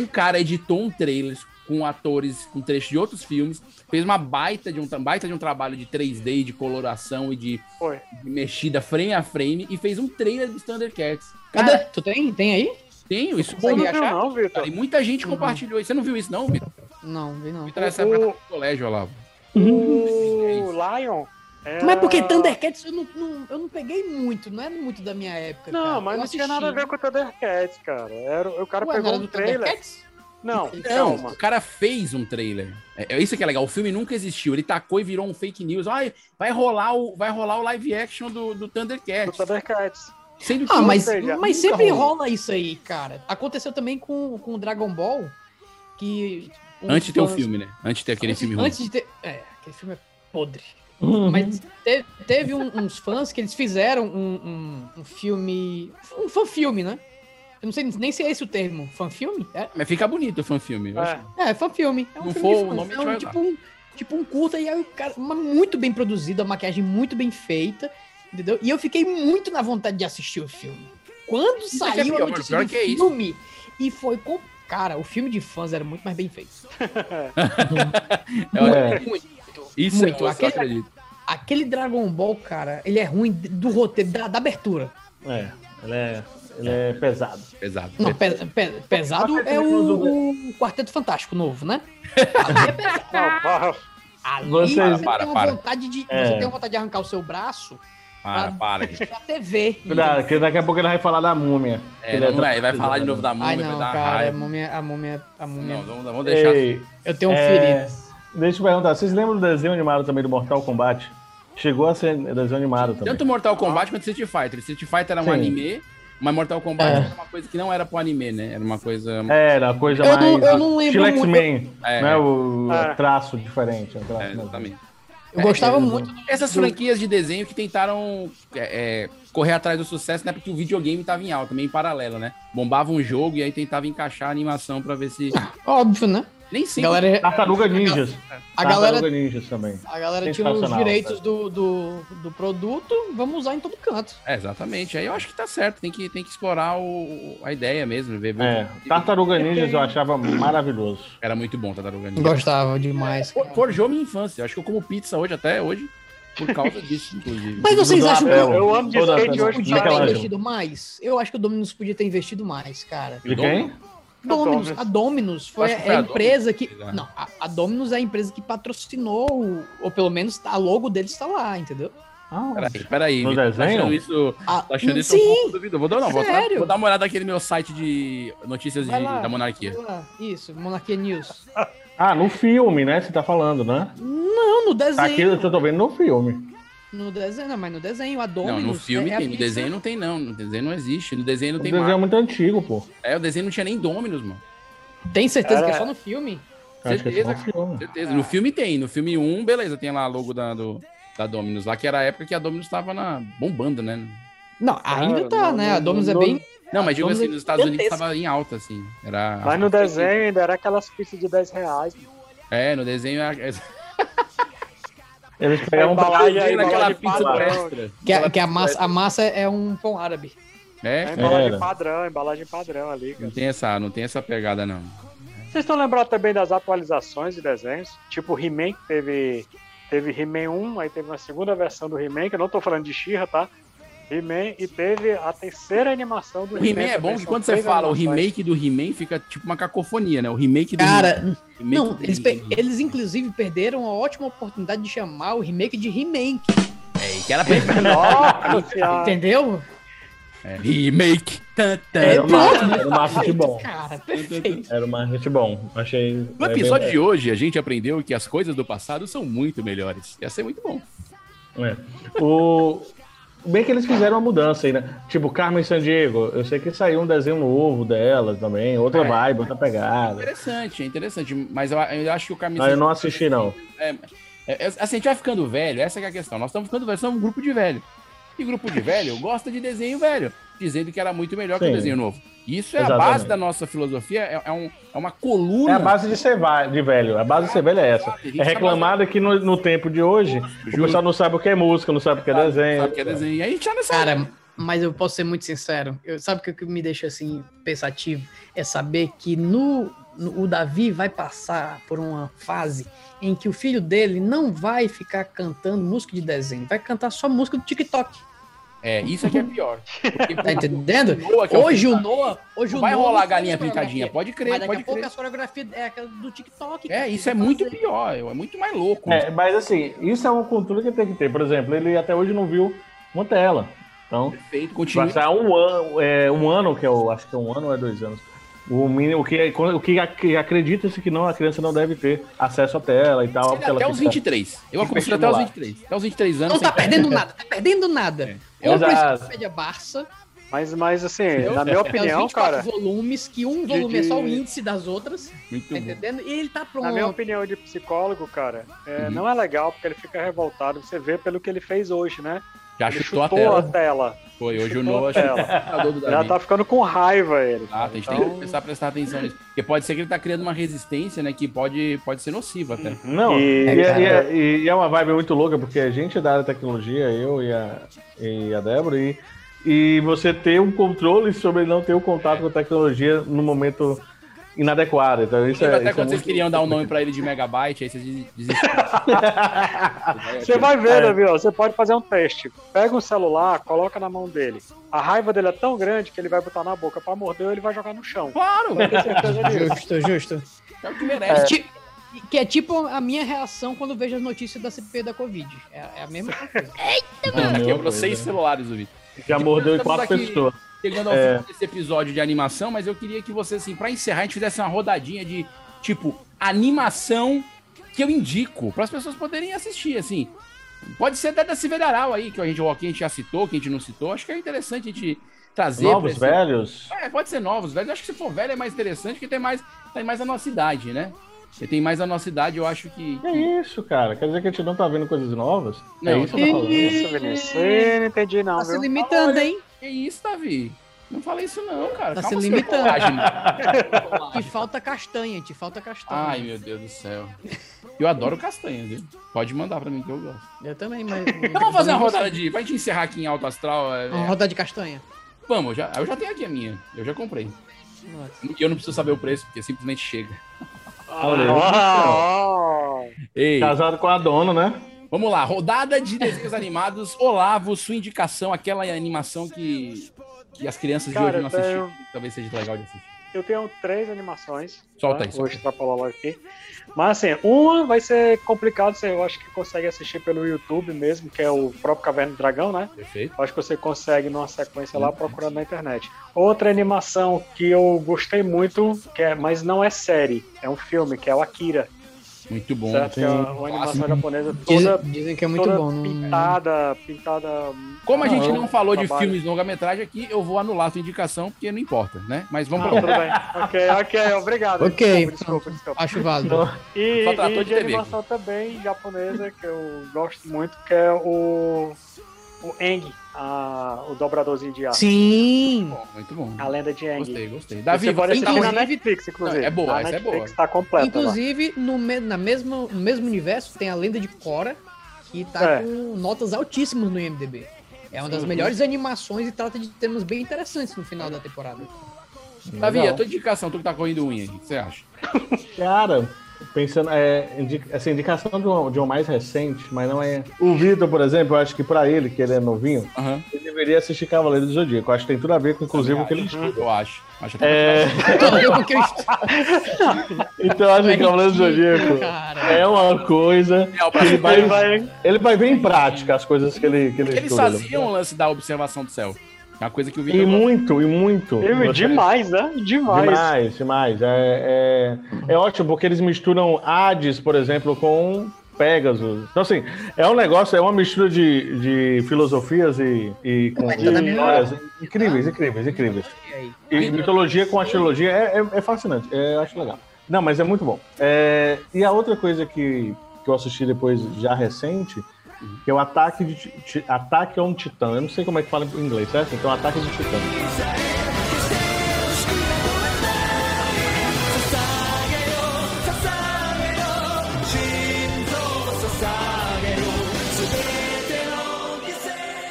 Um cara editou um trailer com atores, com trecho de outros filmes, fez uma baita de um, tra- baita de um trabalho de 3D, de coloração e de, Foi. de mexida frame a frame, e fez um trailer dos Thundercats. Cadê? Cara, Tu tem? Tem aí? tenho isso. Você Consegue não Bom, viu, achar? não, Vitor? e muita gente Uhum. compartilhou isso. Você não viu isso, não, Vitor? Não, vi não. Muito nessa época do colégio, Olavo. O Lion. É, era- Mas porque Thundercats eu não, não- eu não peguei muito, não é muito da minha época. cara. Não, mas Eu não tinha assisti. nada a ver com o Thundercats, cara. Era, o cara Ué, não pegou era um do trailer. Thundercats? Não, Não, calma. o cara fez um trailer. É, é isso que é legal. O filme nunca existiu. Ele tacou e virou um fake news. Ai, vai rolar o, vai rolar o live action do, do Do Thundercats. Thundercats. Sendo que Ah, não mas, seja, mas nunca sempre rolou. rola isso aí, cara. Aconteceu também com com o Dragon Ball, que... uns Antes de ter o fãs- filme, né? Antes de ter aquele antes, filme ruim. Antes de ter... É, aquele filme é podre. Uhum. Mas te- teve um- uns fãs que eles fizeram um, um, um filme... Um fã-filme, né? Eu não sei nem se é esse o termo. Fã-filme? É, Mas fica bonito o fã-filme. eu acho. É. é fã-filme. É um Não filme for de o fãs. nome, a é gente um- vai tipo, um, tipo um curta e aí o cara... Mas muito bem produzido, a maquiagem muito bem feita, entendeu? E eu fiquei muito na vontade de assistir o filme. Quando Isso é que é saiu pior, a notícia pior do que é isso. filme e foi... Com... Cara, o filme de fãs era muito mais bem feito. Eu acho- É. Muito. Isso Muito. eu só Aquele- acredito. Aquele Dragon Ball, cara, ele é ruim do roteiro, da, da abertura. É, ele é, ele é pesado. Pesado. Não, pe- pe- pesado é o, o Quarteto Fantástico novo, né? Ali é pesado. Não, barra. Ali Vocês- você Para, tem uma para. vontade de. É. Você tem uma vontade de arrancar o seu braço Para, para. gente. pra TV. Cuidado, que daqui a pouco ele vai falar da múmia. É, Ele é não, vai, vai tão- falar de novo da Ai, múmia, vai não, dar cara, é a raiva. múmia, a múmia, a múmia. Não, vamos, vamos deixar. Ei, Eu tenho um É. ferido. deixa eu perguntar, vocês lembram do desenho animado também do Mortal Kombat? Chegou a ser desenho animado também. Tanto Mortal Kombat quanto Street Fighter. Street Fighter era um Sim. anime, mas Mortal Kombat era uma coisa que não era pro anime, né? Era uma coisa. Era uma coisa Eu mais. não- eu não lembro Estilo muito. X-Men, É. né? O É. traço diferente. o traço É, mesmo. exatamente. Eu gostava muito. Essas franquias de desenho que tentaram é, é, correr atrás do sucesso, né? Porque o videogame tava em alta, meio em paralelo, né? Bombava um jogo e aí tentava encaixar a animação pra ver se. Óbvio, né? Nem cinco. Galera- Tartaruga Ninjas. tá, A galera- Tartaruga Ninjas também. A galera tira os Sensacional, direitos do, do, do produto, vamos usar em todo canto. É, exatamente. Aí eu acho que tá certo. Tem que, tem que explorar o- o- a ideia mesmo. Ver, ver- É, Tartaruga Ninjas eu achava maravilhoso. Era muito bom Tartaruga Ninja. Gostava demais. For- Forjou minha infância. Eu acho que eu como pizza hoje, até hoje, por causa disso, inclusive. Mas vocês Mudou a acham que tela. o Eu amo de Toda a skate Dominus tela. hoje, é podia ter Michelangelo. investido mais? Eu acho que o Dominus podia ter investido mais, cara. De quem? Dominus, Dominus. a Dominus foi, Acho que foi é a a empresa que. né? Não, a, a Dominus é a empresa que patrocinou, o- ou pelo menos tá, a logo deles está lá, entendeu? Ah, Peraí, peraí. No Vitor, tá desenho? achando isso, Ah, tá achando isso um sim, pouco duvido. Vou dar, não, vou, dar- Sério? vou dar uma olhada naquele meu site de notícias de, Vai lá. da monarquia. sei lá, isso, Monarquia News. Ah, no filme, né? Você tá falando, né? Não, no desenho. Tá aqui, eu tô vendo no filme. No desenho, não, mas no desenho, a Não, Dominus. no filme é- é a tem. No pizza. desenho não tem, não. No desenho não existe. No desenho O não tem desenho é mais. muito antigo, pô. É, o desenho não tinha nem Dominus, mano. Tem certeza que é Cara, só no filme? Acho que é só no filme. Certeza. No filme tem. No filme 1, beleza, tem lá a logo da, do, da Dominus lá, que era a época que a Dominus tava na, bombando, né? Não, ainda tá, no- né? a no- Dominus no- é bem. Não, mas digo Dominus assim, é nos Estados Unidos gigantesca. tava em alta, assim. Era... Mas no desenho ainda era aquelas pizzas de 10 reais. né? É, no desenho era... Eles pegaram um embalagem, papelzinho a era naquela aquela embalagem pizza pizza. extra. Que, a, que a, massa, a massa é um pão árabe. É É, embalagem Era. padrão, embalagem padrão ali, cara. não tem essa, não tem essa pegada, não. Vocês estão lembrados também das atualizações de desenhos? Tipo He-Man, que teve, teve He-Man 1, aí teve uma segunda versão do He-Man, que eu não tô falando de She-Ra, tá? He-Man, e teve a terceira animação do O He-Man é também, bom que são quando você três fala o animações. [LAUGHS] remake do He-Man, fica tipo uma cacofonia, né? O remake do Cara, He-Man, remake não, do eles, pe- He-Man. eles inclusive perderam a ótima oportunidade de chamar o remake de He-Man, É, que era bem- Nossa [LAUGHS] senhora! entendeu? É, remake. É, Tan, tan. Era o É, marketing, era o marketing [LAUGHS] bom. Cara, perfeito. Era o marketing bom. Achei. é No episódio de hoje, a gente aprendeu que as coisas do passado são muito melhores. Ia ser muito bom. É. O... Bem que eles fizeram uma mudança aí, né? Tipo, Carmen Sandiego, eu sei que saiu um desenho novo dela também, outra É. vibe, outra pegada. Interessante, é interessante. Mas eu, eu acho que o caminho. Não, eu não assisti, não. É, é, é, assim, a gente vai ficando velho, essa que é a questão. Nós estamos ficando velho, somos um grupo de velho. E grupo de velho gosta de desenho velho, dizendo que era muito melhor que o Sim. desenho novo. E Isso é a Exatamente. base da nossa filosofia, é, é um- é uma É coluna. a base de ser va- de velho. A base de ser velho é essa. É reclamada que no, no tempo de hoje, o pessoal não sabe o que é música, não sabe o que é desenho. Sabe que é desenho. E aí a gente tá nessa. Cara, mas eu posso ser muito sincero. Eu, sabe o que, o que me deixa assim pensativo? É saber que no, no- o Davi vai passar por uma fase em que o filho dele não vai ficar cantando música de desenho, vai cantar só música do TikTok. É, isso aqui é pior. Porque [LAUGHS] [LAUGHS] Tá entendendo? Noah, que é o Hoje o filho da- Noah, hoje o Vai Noah rolar a faz galinha coreografia. pintadinha, pode Mas crer, daqui pode a pouco assim. crer. as coreografias é aquela do TikTok. É, cara, isso é vai muito fazer. pior, é muito mais louco. É, mas assim, isso é uma cultura que tem que ter. Por exemplo, ele até hoje não viu uma tela. Então, Perfeito, continua. passar um ano, é, um ano, que eu acho que é um ano ou é dois anos. O, mínimo, o que, o que ac- acredita-se que não, a criança não deve ter acesso à tela e tal. Até porque ela os fica- 23. Eu Tem que aconselho até os estimular. 23. Até os 23 anos. Não tá sem- [LAUGHS] perdendo nada, tá perdendo nada. É, Compra exato. a enciclopédia Barça, Mas, mas assim, Eu- na minha que é os opinião, 24 cara, volumes, que um volume é só o de- índice das outras, Muito tá bom. entendendo? E ele tá pronto. na minha opinião de psicólogo, cara, é, Uhum. não é legal porque ele fica revoltado. Você vê pelo que ele fez hoje, né? Já Ele chutou a tela. tela. Foi, hoje o chutou a Noah tela. chutou o computador do Já Davi. tá ficando com raiva ele. Exato, a gente tem Então- que começar a prestar atenção nisso. Porque pode ser que ele tá criando uma resistência, né? Que pode, pode ser nociva até. Não, E- e, É, cara. e é, e- e é uma vibe muito louca, porque a gente é da área da tecnologia, eu e a, e a Débora, e, e você ter um controle sobre não ter o contato com a tecnologia no momento inadequado. Então, isso é, Lembra até isso é quando vocês muito- queriam dar um [LAUGHS] nome pra [LAUGHS] ele de Megabyte, aí vocês des- desistiram. É, Você vai ver, Davi, ó, você pode fazer um teste. Pega um celular, coloca na mão dele. A raiva dele é tão grande que ele vai botar na boca pra morder ou ele vai jogar no chão. Claro, Vai ter certeza disso. [LAUGHS] Justo, justo. é o que merece. Ti- Que é tipo a minha reação quando eu vejo as notícias da CPI da Covid. É, é a mesma coisa. Ah, meu Quebrou Deus, seis né? celulares, o Vitor. Já mordeu em Estamos quatro aqui- pessoas. chegando ao É. fim desse episódio de animação, mas eu queria que você, assim, pra encerrar, a gente fizesse uma rodadinha de, tipo, animação que eu indico, para as pessoas poderem assistir, assim. Pode ser até da Civedaral aí, que a gente, que a gente já citou, que a gente não citou. Acho que é interessante a gente trazer. pra Novos, esse- velhos. É, pode ser novos, velhos. Acho que se for velho é mais interessante, porque tem mais, tem mais a nossa idade, né? Você tem mais a nossa idade, eu acho que. É isso, cara. Quer dizer que a gente não tá vendo coisas novas? Não. é isso que eu tô falando. Isso, Vinícius. Ih, não entendi, não. Tá se Viu? limitando, hein? Que isso, Davi? Não falei isso não, cara. Tá Calma sendo sua limitando. colagem. Te falta castanha, te falta castanha. Ai, meu Deus do céu. Eu adoro castanha, viu? Pode mandar pra mim que eu gosto. Eu também, mas. Então vamos fazer uma rodada de... Vai te encerrar aqui em alto astral. é- Uma rodada de castanha. Vamos, eu já, eu já tenho aqui a minha. Eu já comprei. Nossa. E eu não preciso saber o preço, porque simplesmente chega. Olha, Tá. Ei, Casado com a dona, né? vamos lá. Rodada de desenhos animados. Olavo, sua indicação, aquela animação que, que as crianças de Cara, hoje não assistiram. eu Talvez seja legal de assistir. Eu tenho três animações. Solta tá? aí, Vou solta aí. extrapolar logo aqui. Mas assim, uma vai ser complicado, você- eu acho que consegue assistir pelo YouTube mesmo, que é o próprio Caverna do Dragão, né? Perfeito. Eu acho que você consegue numa sequência lá procurando na internet. Outra animação que eu gostei muito, que é, mas não é série, é um filme, que é o Akira, Muito bom. certo? Que é uma animação japonesa toda, Dizem, dizem que é muito toda bom. Não... pintada, pintada. Como a gente Ah, não falou de trabalho. filmes de longa-metragem aqui, eu vou anular a sua indicação, porque não importa, né? Mas vamos Ah, pra tudo outra. bem. Ok, ok, obrigado. Ok, então. desculpa, desculpa. desculpa. Acho válido. E, Só tratou e de, de TV animação também japonesa, que eu gosto muito, que é o, o Eng, a- o dobradorzinho de ar. Sim! tá. Bom, Muito bom. A lenda de Eng. Gostei, gostei. Você Davi, pode você tá assistir na ruim? Netflix, inclusive. Não, é boa, na essa é Netflix boa. tá completa lá. Inclusive, no, me- na mesma, no mesmo universo, tem a lenda de Cora, que tá É. com notas altíssimas no IMDB. É uma das melhores animações e trata de temas bem interessantes no final da temporada. Davi, a tua indicação, tu que tá correndo unha aí, o que você acha? Cara, pensando, é, indi- essa indicação de um, de um mais recente, mas não é. O Vitor, por exemplo, eu acho que pra ele, que ele é novinho, Aham. ele deveria assistir Cavaleiro do Zodíaco. Eu acho que tem tudo a ver com, inclusive, o que ele estuda. Eu acho. Acho até É, Tudo a ver com o que eu estudo, então eu acho que Cavaleiro do Zodíaco cara. [LAUGHS] é uma coisa. legal pra Ele mim. vai, ele vai ver em prática as coisas que ele, que ele Eles estuda. faziam o lance da observação do céu. É uma coisa que o E Vitor gosta. muito, e muito. Eu, Você- demais, né? Demais. Demais, demais. É, é, é ótimo porque eles misturam Hades, por exemplo, com Pegasus. Então, assim, é um negócio, é uma mistura de, de filosofias e, e com Mas tá na minha histórias incríveis, incríveis, incríveis. E aí? E mitologia com astrologia é, é, é fascinante, é, eu acho legal. Não, mas é muito bom. É, e a outra coisa que, que eu assisti depois, já recente, que é o Ataque, de, Ti- Ti- Ataque a um Titã. Eu não sei como é que fala em inglês, certo? Então, Ataque de Titã.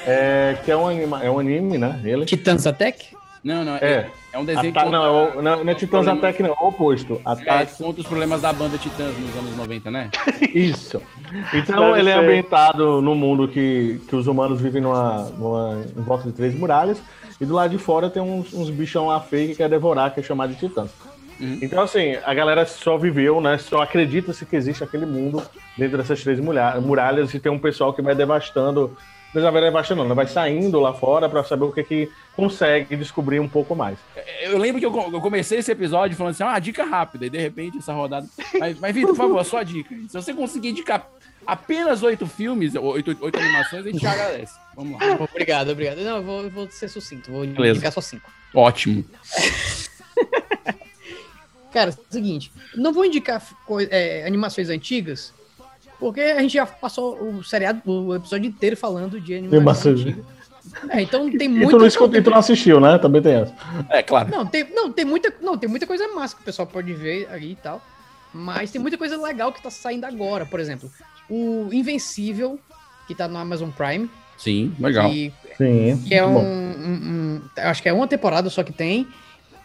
É, que é um, anima, é um anime, né? Ele. Titãs Attack? Não, não. É, É. é um desenho Ata- que não, é o- não, não é Titãs problemas- Attack, não, é o oposto. é, Ataque. conta os problemas da banda Titãs nos anos 90, né? Isso. Então Deve ele é ser. ambientado num mundo que, que os humanos vivem numa, numa- em volta de três muralhas, e do lado de fora tem uns, uns bichão lá feio que quer devorar, que é chamado de titãs. Então, assim, a galera só viveu, né? Só acredita-se que existe aquele mundo dentro dessas três mulha- muralhas e tem um pessoal que vai devastando. Não vai devastando, não, vai saindo lá fora para saber o que, que consegue descobrir um pouco mais. Eu lembro que eu, co- eu comecei esse episódio falando assim, ah, dica rápida, e de repente essa rodada... Mas, mas Vitor, por favor, a sua dica. Se você conseguir indicar apenas oito filmes, oito, oito animações, a gente te agradece. Vamos lá. Obrigado, obrigado. Não, eu vou, eu vou ser sucinto, vou Beleza. indicar só cinco. Ótimo. Cara, é o seguinte, não vou indicar coi- é, animações antigas, porque a gente já passou o seriado, o episódio inteiro falando de animações Animações. né? antigas. É, então tem E muito. tu, não escuta, e tu não assistiu, né? Também tem essa. É, claro. Não, tem, não, tem muita, não, tem muita coisa massa que o pessoal pode ver aí e tal. Mas tem muita coisa legal que tá saindo agora, por exemplo. O Invencível, que tá no Amazon Prime, Sim, legal. que, Sim. que é um, Bom. um- um- Acho que é uma temporada só que tem.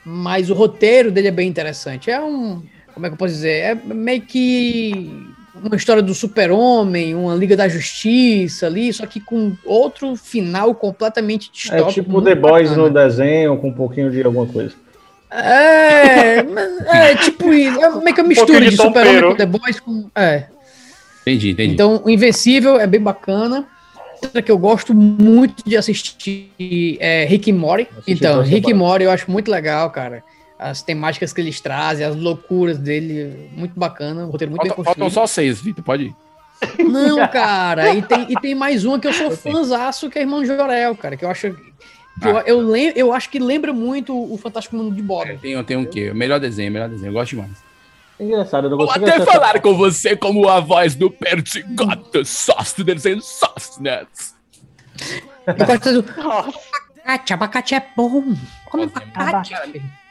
Mas o roteiro dele é bem interessante. É um. Como é que eu posso dizer? É meio que uma história do super-homem, uma Liga da Justiça ali, só que com outro final completamente É distópico. tipo muito The Boys bacana. no desenho, com um pouquinho de alguma coisa. É, mas- é tipo isso. É Um meio que uma mistura pouquinho de de super-homem tompeiro. com The Boys. Com, é. Entendi, entendi. Então, o Invencível é bem bacana. Outra que eu gosto muito de assistir é Rick and Morty. Assisti Então, todas as Rick and temporadas. Morty eu acho muito legal, cara. As temáticas que eles trazem, as loucuras dele, muito bacana. Um roteiro muito Faltam, bem faltam construído. só seis, Vitor, pode ir. Não, cara. E tem, e tem mais uma que [LAUGHS] eu sou fãzaço, que é Irmão Jorel, cara. Que eu acho... que eu, Ah. eu, lem- eu acho que lembra muito o Fantástico Mundo de Bob. É, Tem, tem um quê? Melhor desenho, melhor desenho. Eu gosto demais. Engraçado, eu não Vou consigo até acessar- falar com você como a voz do Perdigoto, sócio desenho Sostnets. [LAUGHS] Eu gosto do- Nossa, Abacate, abacate é bom. Come Gosto muito. abacate. Cara,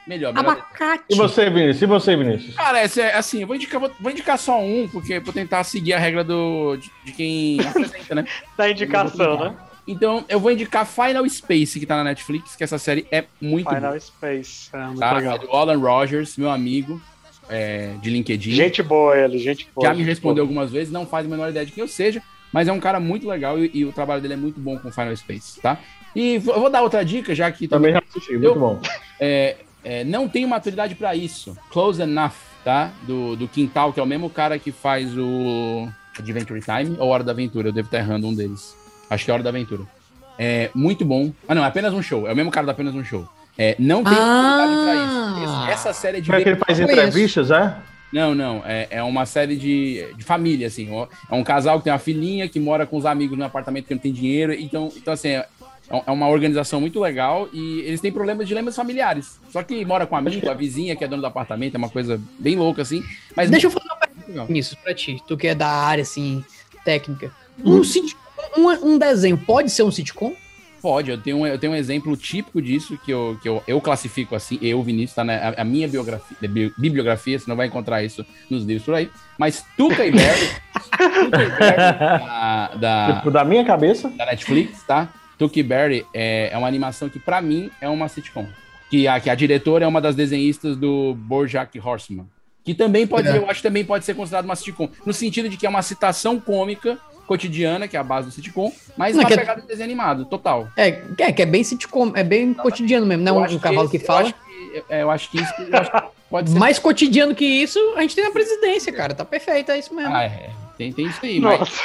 Melhor, melhor. Abacate. E você, Vinícius? E você, Vinícius? Cara, esse é, assim, eu vou indicar, vou, vou indicar só um, porque vou tentar seguir a regra do, de, de [LAUGHS] quem apresenta, né? Da Tá indicação, né? Então, eu vou indicar Final Space, que tá na Netflix, que essa série é muito boa. Final Space. É muito Tá? É legal. do Alan Rogers, meu amigo é, de LinkedIn. Gente boa ele, gente boa. já me respondeu algumas vezes, não faz a menor ideia de quem eu seja, mas é um cara muito legal e, e o trabalho dele é muito bom com Final Space, tá? E v- eu vou dar outra dica, já que Também já assisti, muito bom. é, é, não tenho maturidade pra isso. Close Enough, tá? Do, do Quintal, que é o mesmo cara que faz o Adventure Time ou Hora da Aventura. Eu devo estar errando um deles. Acho que é Hora da Aventura. É muito bom. Ah, não, é apenas um show. É o mesmo cara do apenas um show. É, não tenho maturidade Ah! pra isso. Esse- Essa série é de Como é que ele faz Conheço. [LAUGHS] entrevistas, é? não, não. É, é uma série de, de família, assim. ó. É um casal que tem uma filhinha que mora com os amigos num apartamento que não tem dinheiro. Então, então assim, é, é uma organização muito legal e eles têm problemas, dilemas familiares. Só que mora com um amigo, a vizinha que é dona do apartamento, é uma coisa bem louca, assim. Mas Deixa eu fazer uma muito legal. pergunta nisso pra ti. Tu que é da área, assim, técnica. Um sitcom, um, um desenho pode ser um sitcom? Pode, eu tenho, um- eu tenho um exemplo típico disso que eu, que eu, eu classifico assim, eu, Vinícius, tá na a, a minha biografia, bi- bibliografia, você não vai encontrar isso nos livros por aí, mas Tuca e Berry, Tuca e Berry da, da, Tipo, da minha cabeça, da Netflix, tá? Tuki Berry é, é uma animação que, pra mim, é uma sitcom. Que a, que a diretora é uma das desenhistas do Bojack Horseman. Que também pode, É. eu acho, que também pode ser considerado uma sitcom. No sentido de que é uma citação cômica cotidiana, que é a base do sitcom, mas Não, na que é- pegada do desenho animado, total. É, é, que é bem sitcom, é bem cotidiano mesmo, né? Eu Um, acho um cavalo que, esse- Eu fala. acho que, é, eu acho que isso eu acho que pode ser. Mais cotidiano que isso, a gente tem na presidência, cara. Tá perfeito, é isso mesmo. Ah, é. Tem, tem isso aí, mas, Nossa,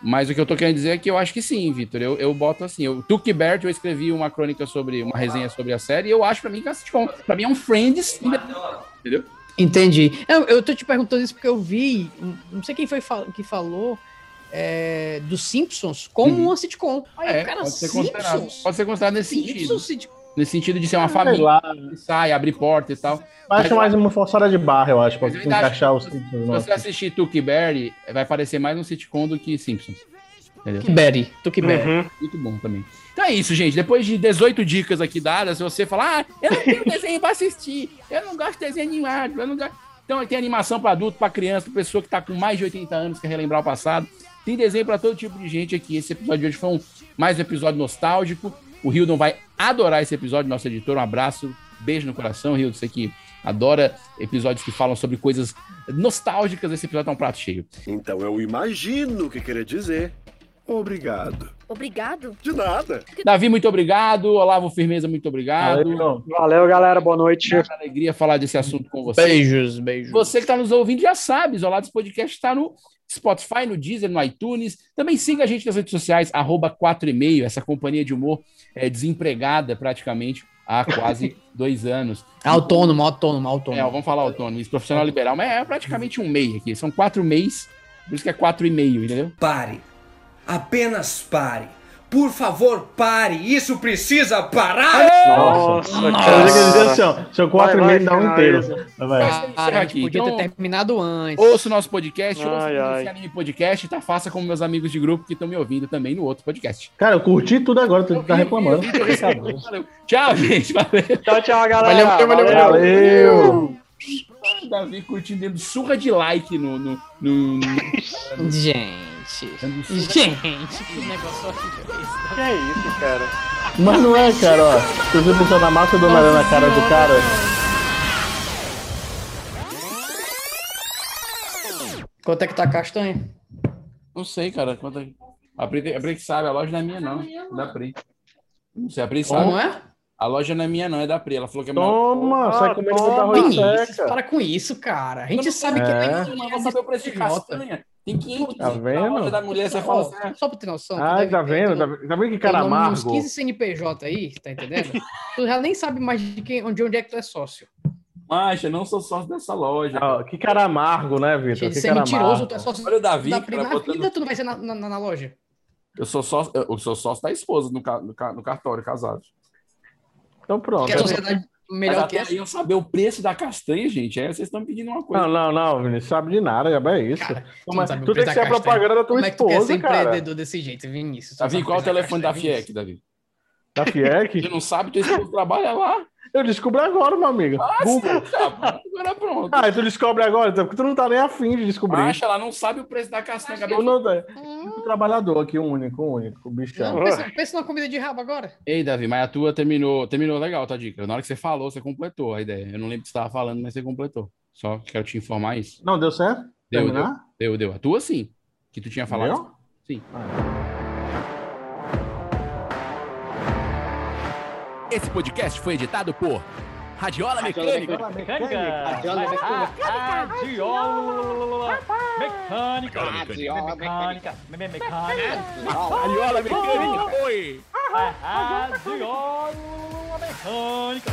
mas o que eu tô querendo dizer é que eu acho que sim, Vitor. Eu, eu boto assim. Eu, Tuki Bert, eu escrevi uma crônica sobre, uma resenha sobre a série, e eu acho pra mim que é uma sitcom. Pra mim é um Friends Entendi. Eu, eu tô te perguntando isso porque eu vi, hum, não sei quem foi fal- que falou, é, dos Simpsons como Uhum. uma sitcom. Aí, É, cara, pode ser considerado. Simpsons? Pode ser considerado nesse sentido. Simpsons sitcom. Nesse sentido de ser uma sei família lá. que sai, abre porta e tal. Acho mais uma forçada de barra, eu acho, pra Mas eu ainda acho encaixar que os Simpsons. Se não. você tá assistir Tuki Berry, vai parecer mais um sitcom do que Simpsons. Entendeu? Berry, tu que Berry. uhum. Muito bom também. Então é isso, gente. Depois de 18 dicas aqui dadas, se você falar, ah, eu não tenho desenho pra assistir, eu não gosto de desenho animado, eu não gosto. Então tem animação pra adulto, pra criança, pra pessoa que tá com mais de 80 anos, quer relembrar o passado. Tem desenho pra todo tipo de gente aqui. Esse episódio de hoje foi um, mais um episódio nostálgico. O Hildon vai adorar esse episódio, nosso editor. Um abraço, beijo no coração, Hildon. Você que adora episódios que falam sobre coisas nostálgicas. Esse episódio tá um prato cheio. Então eu imagino o que queria dizer. Obrigado. Obrigado. De nada. Davi, muito obrigado. Olavo Firmeza, muito obrigado. Valeu, irmão. Valeu, galera. Boa noite. Uma alegria falar desse assunto com você. Beijos, beijos. Você que está nos ouvindo já sabe, Isolados Podcast está no Spotify, no Deezer, no iTunes. Também siga a gente nas redes sociais, arroba 4 e meio, essa companhia de humor é, desempregada praticamente há [LAUGHS] quase dois anos. Autônomo, autônomo, autônomo. É, ó, vamos falar autônomo, isso, profissional liberal, mas é praticamente um MEI aqui, são quatro MEIs, por isso que é quatro e meio, entendeu? Pare. Apenas pare. Por favor, pare. Isso precisa parar. Nossa. Eu cara. queria dizer assim, ó, seu 4 Vai, e vai, meio dá um inteiro. finaliza. Vai, vai. Mas tem que encerrar Cara, a gente aqui, podia então- tipo, ter terminado antes. Ouça o nosso podcast, ouça Ai, o ai. esse anime podcast, tá? Faça como meus amigos de grupo que estão me ouvindo também no outro podcast. Então, Cara, eu curti tudo agora, tu tá reclamando. [LAUGHS] Valeu. Tchau, gente, valeu. Tchau, tchau, galera. Valeu, valeu, valeu. Valeu! O Davi curtindo ele, surra de like no. no, no, no- Gente. Gente, que negócio horrível é esse? Que é isso, cara? Mas não é, cara, ó. Se você pensar na massa do aranha na cara do cara. Quanto é que tá a castanha? Não sei, cara. Quanto... é- A Pri, a Pri que sabe, a loja não é minha, não. É da Pri. Não sei, a Pri sabe. Como é? A loja não é minha, não, é da Pri. Ela falou que é minha. Toma, sai Ah, comendo toma. muita arroz Vinícius, seca. para com isso, cara. A gente não sabe que É. é Eu não vou saber o preço de né? castanha. Tem 500 Tá vendo? na loja da mulher, você fala assim. ah, Só pra ter noção. tu Ai, deve tá ter um vendo? pelo- Tá vendo, tá vendo que pelo cara menos uns amargo? 15 CNPJ aí, tá entendendo? tu já nem sabe mais de, quem, de onde é que tu é sócio. Macha, não sou sócio dessa loja. Ó, que cara amargo, né, Vitor? Que Você é cara mentiroso, amargo. tu é sócio Olha o Davi, da cara, primeira botando- vida, tu não vai ser na, na, na loja. Eu sou sócio, eu sou sócio da esposa no, ca- no, ca- no cartório, casado. Então pronto. Porque é a sociedade Mas melhor até que essa. aí eu saber o preço da castanha, gente. Aí vocês estão me pedindo uma coisa. Não, não, não, Vinícius, sabe de nada, já é isso. Cara, Toma- não sabe o tu tem preço que da ser a castanha. propaganda da tua Como é que tu quer ser esposa, cara. empreendedor desse jeito, Vinícius? Tu Davi, sabe qual é o preço telefone da castanha, FIEC, Davi? Da [LAUGHS] FIEC? Você não sabe, tu esposo trabalha lá. é Eu descobri agora, meu amigo. [LAUGHS] Google. Tá Agora pronto. Ah, tu descobre agora, então, porque tu não tá nem afim de descobrir. Acha, ela não sabe o preço da castanha Eu cabeluda. não tenho. Um trabalhador aqui, um único, um único, um bichão. Hum. Não, pensa, pensa numa comida de rabo agora. Ei, Davi, mas a tua terminou, terminou legal, tá dica. Na hora que você falou, você completou a ideia. Eu não lembro o que você tava falando, mas você completou. Só quero te informar isso. Não, deu certo? Deu, deu, Terminar? deu, deu. A tua sim. Que tu tinha falado. Deu? Sim. Esse podcast foi editado por Radiola Mecânica. Radiola mecânica. Mecânica. me- me- Mecânica. Radiola Mecânica. Oi. Radiola mecânica.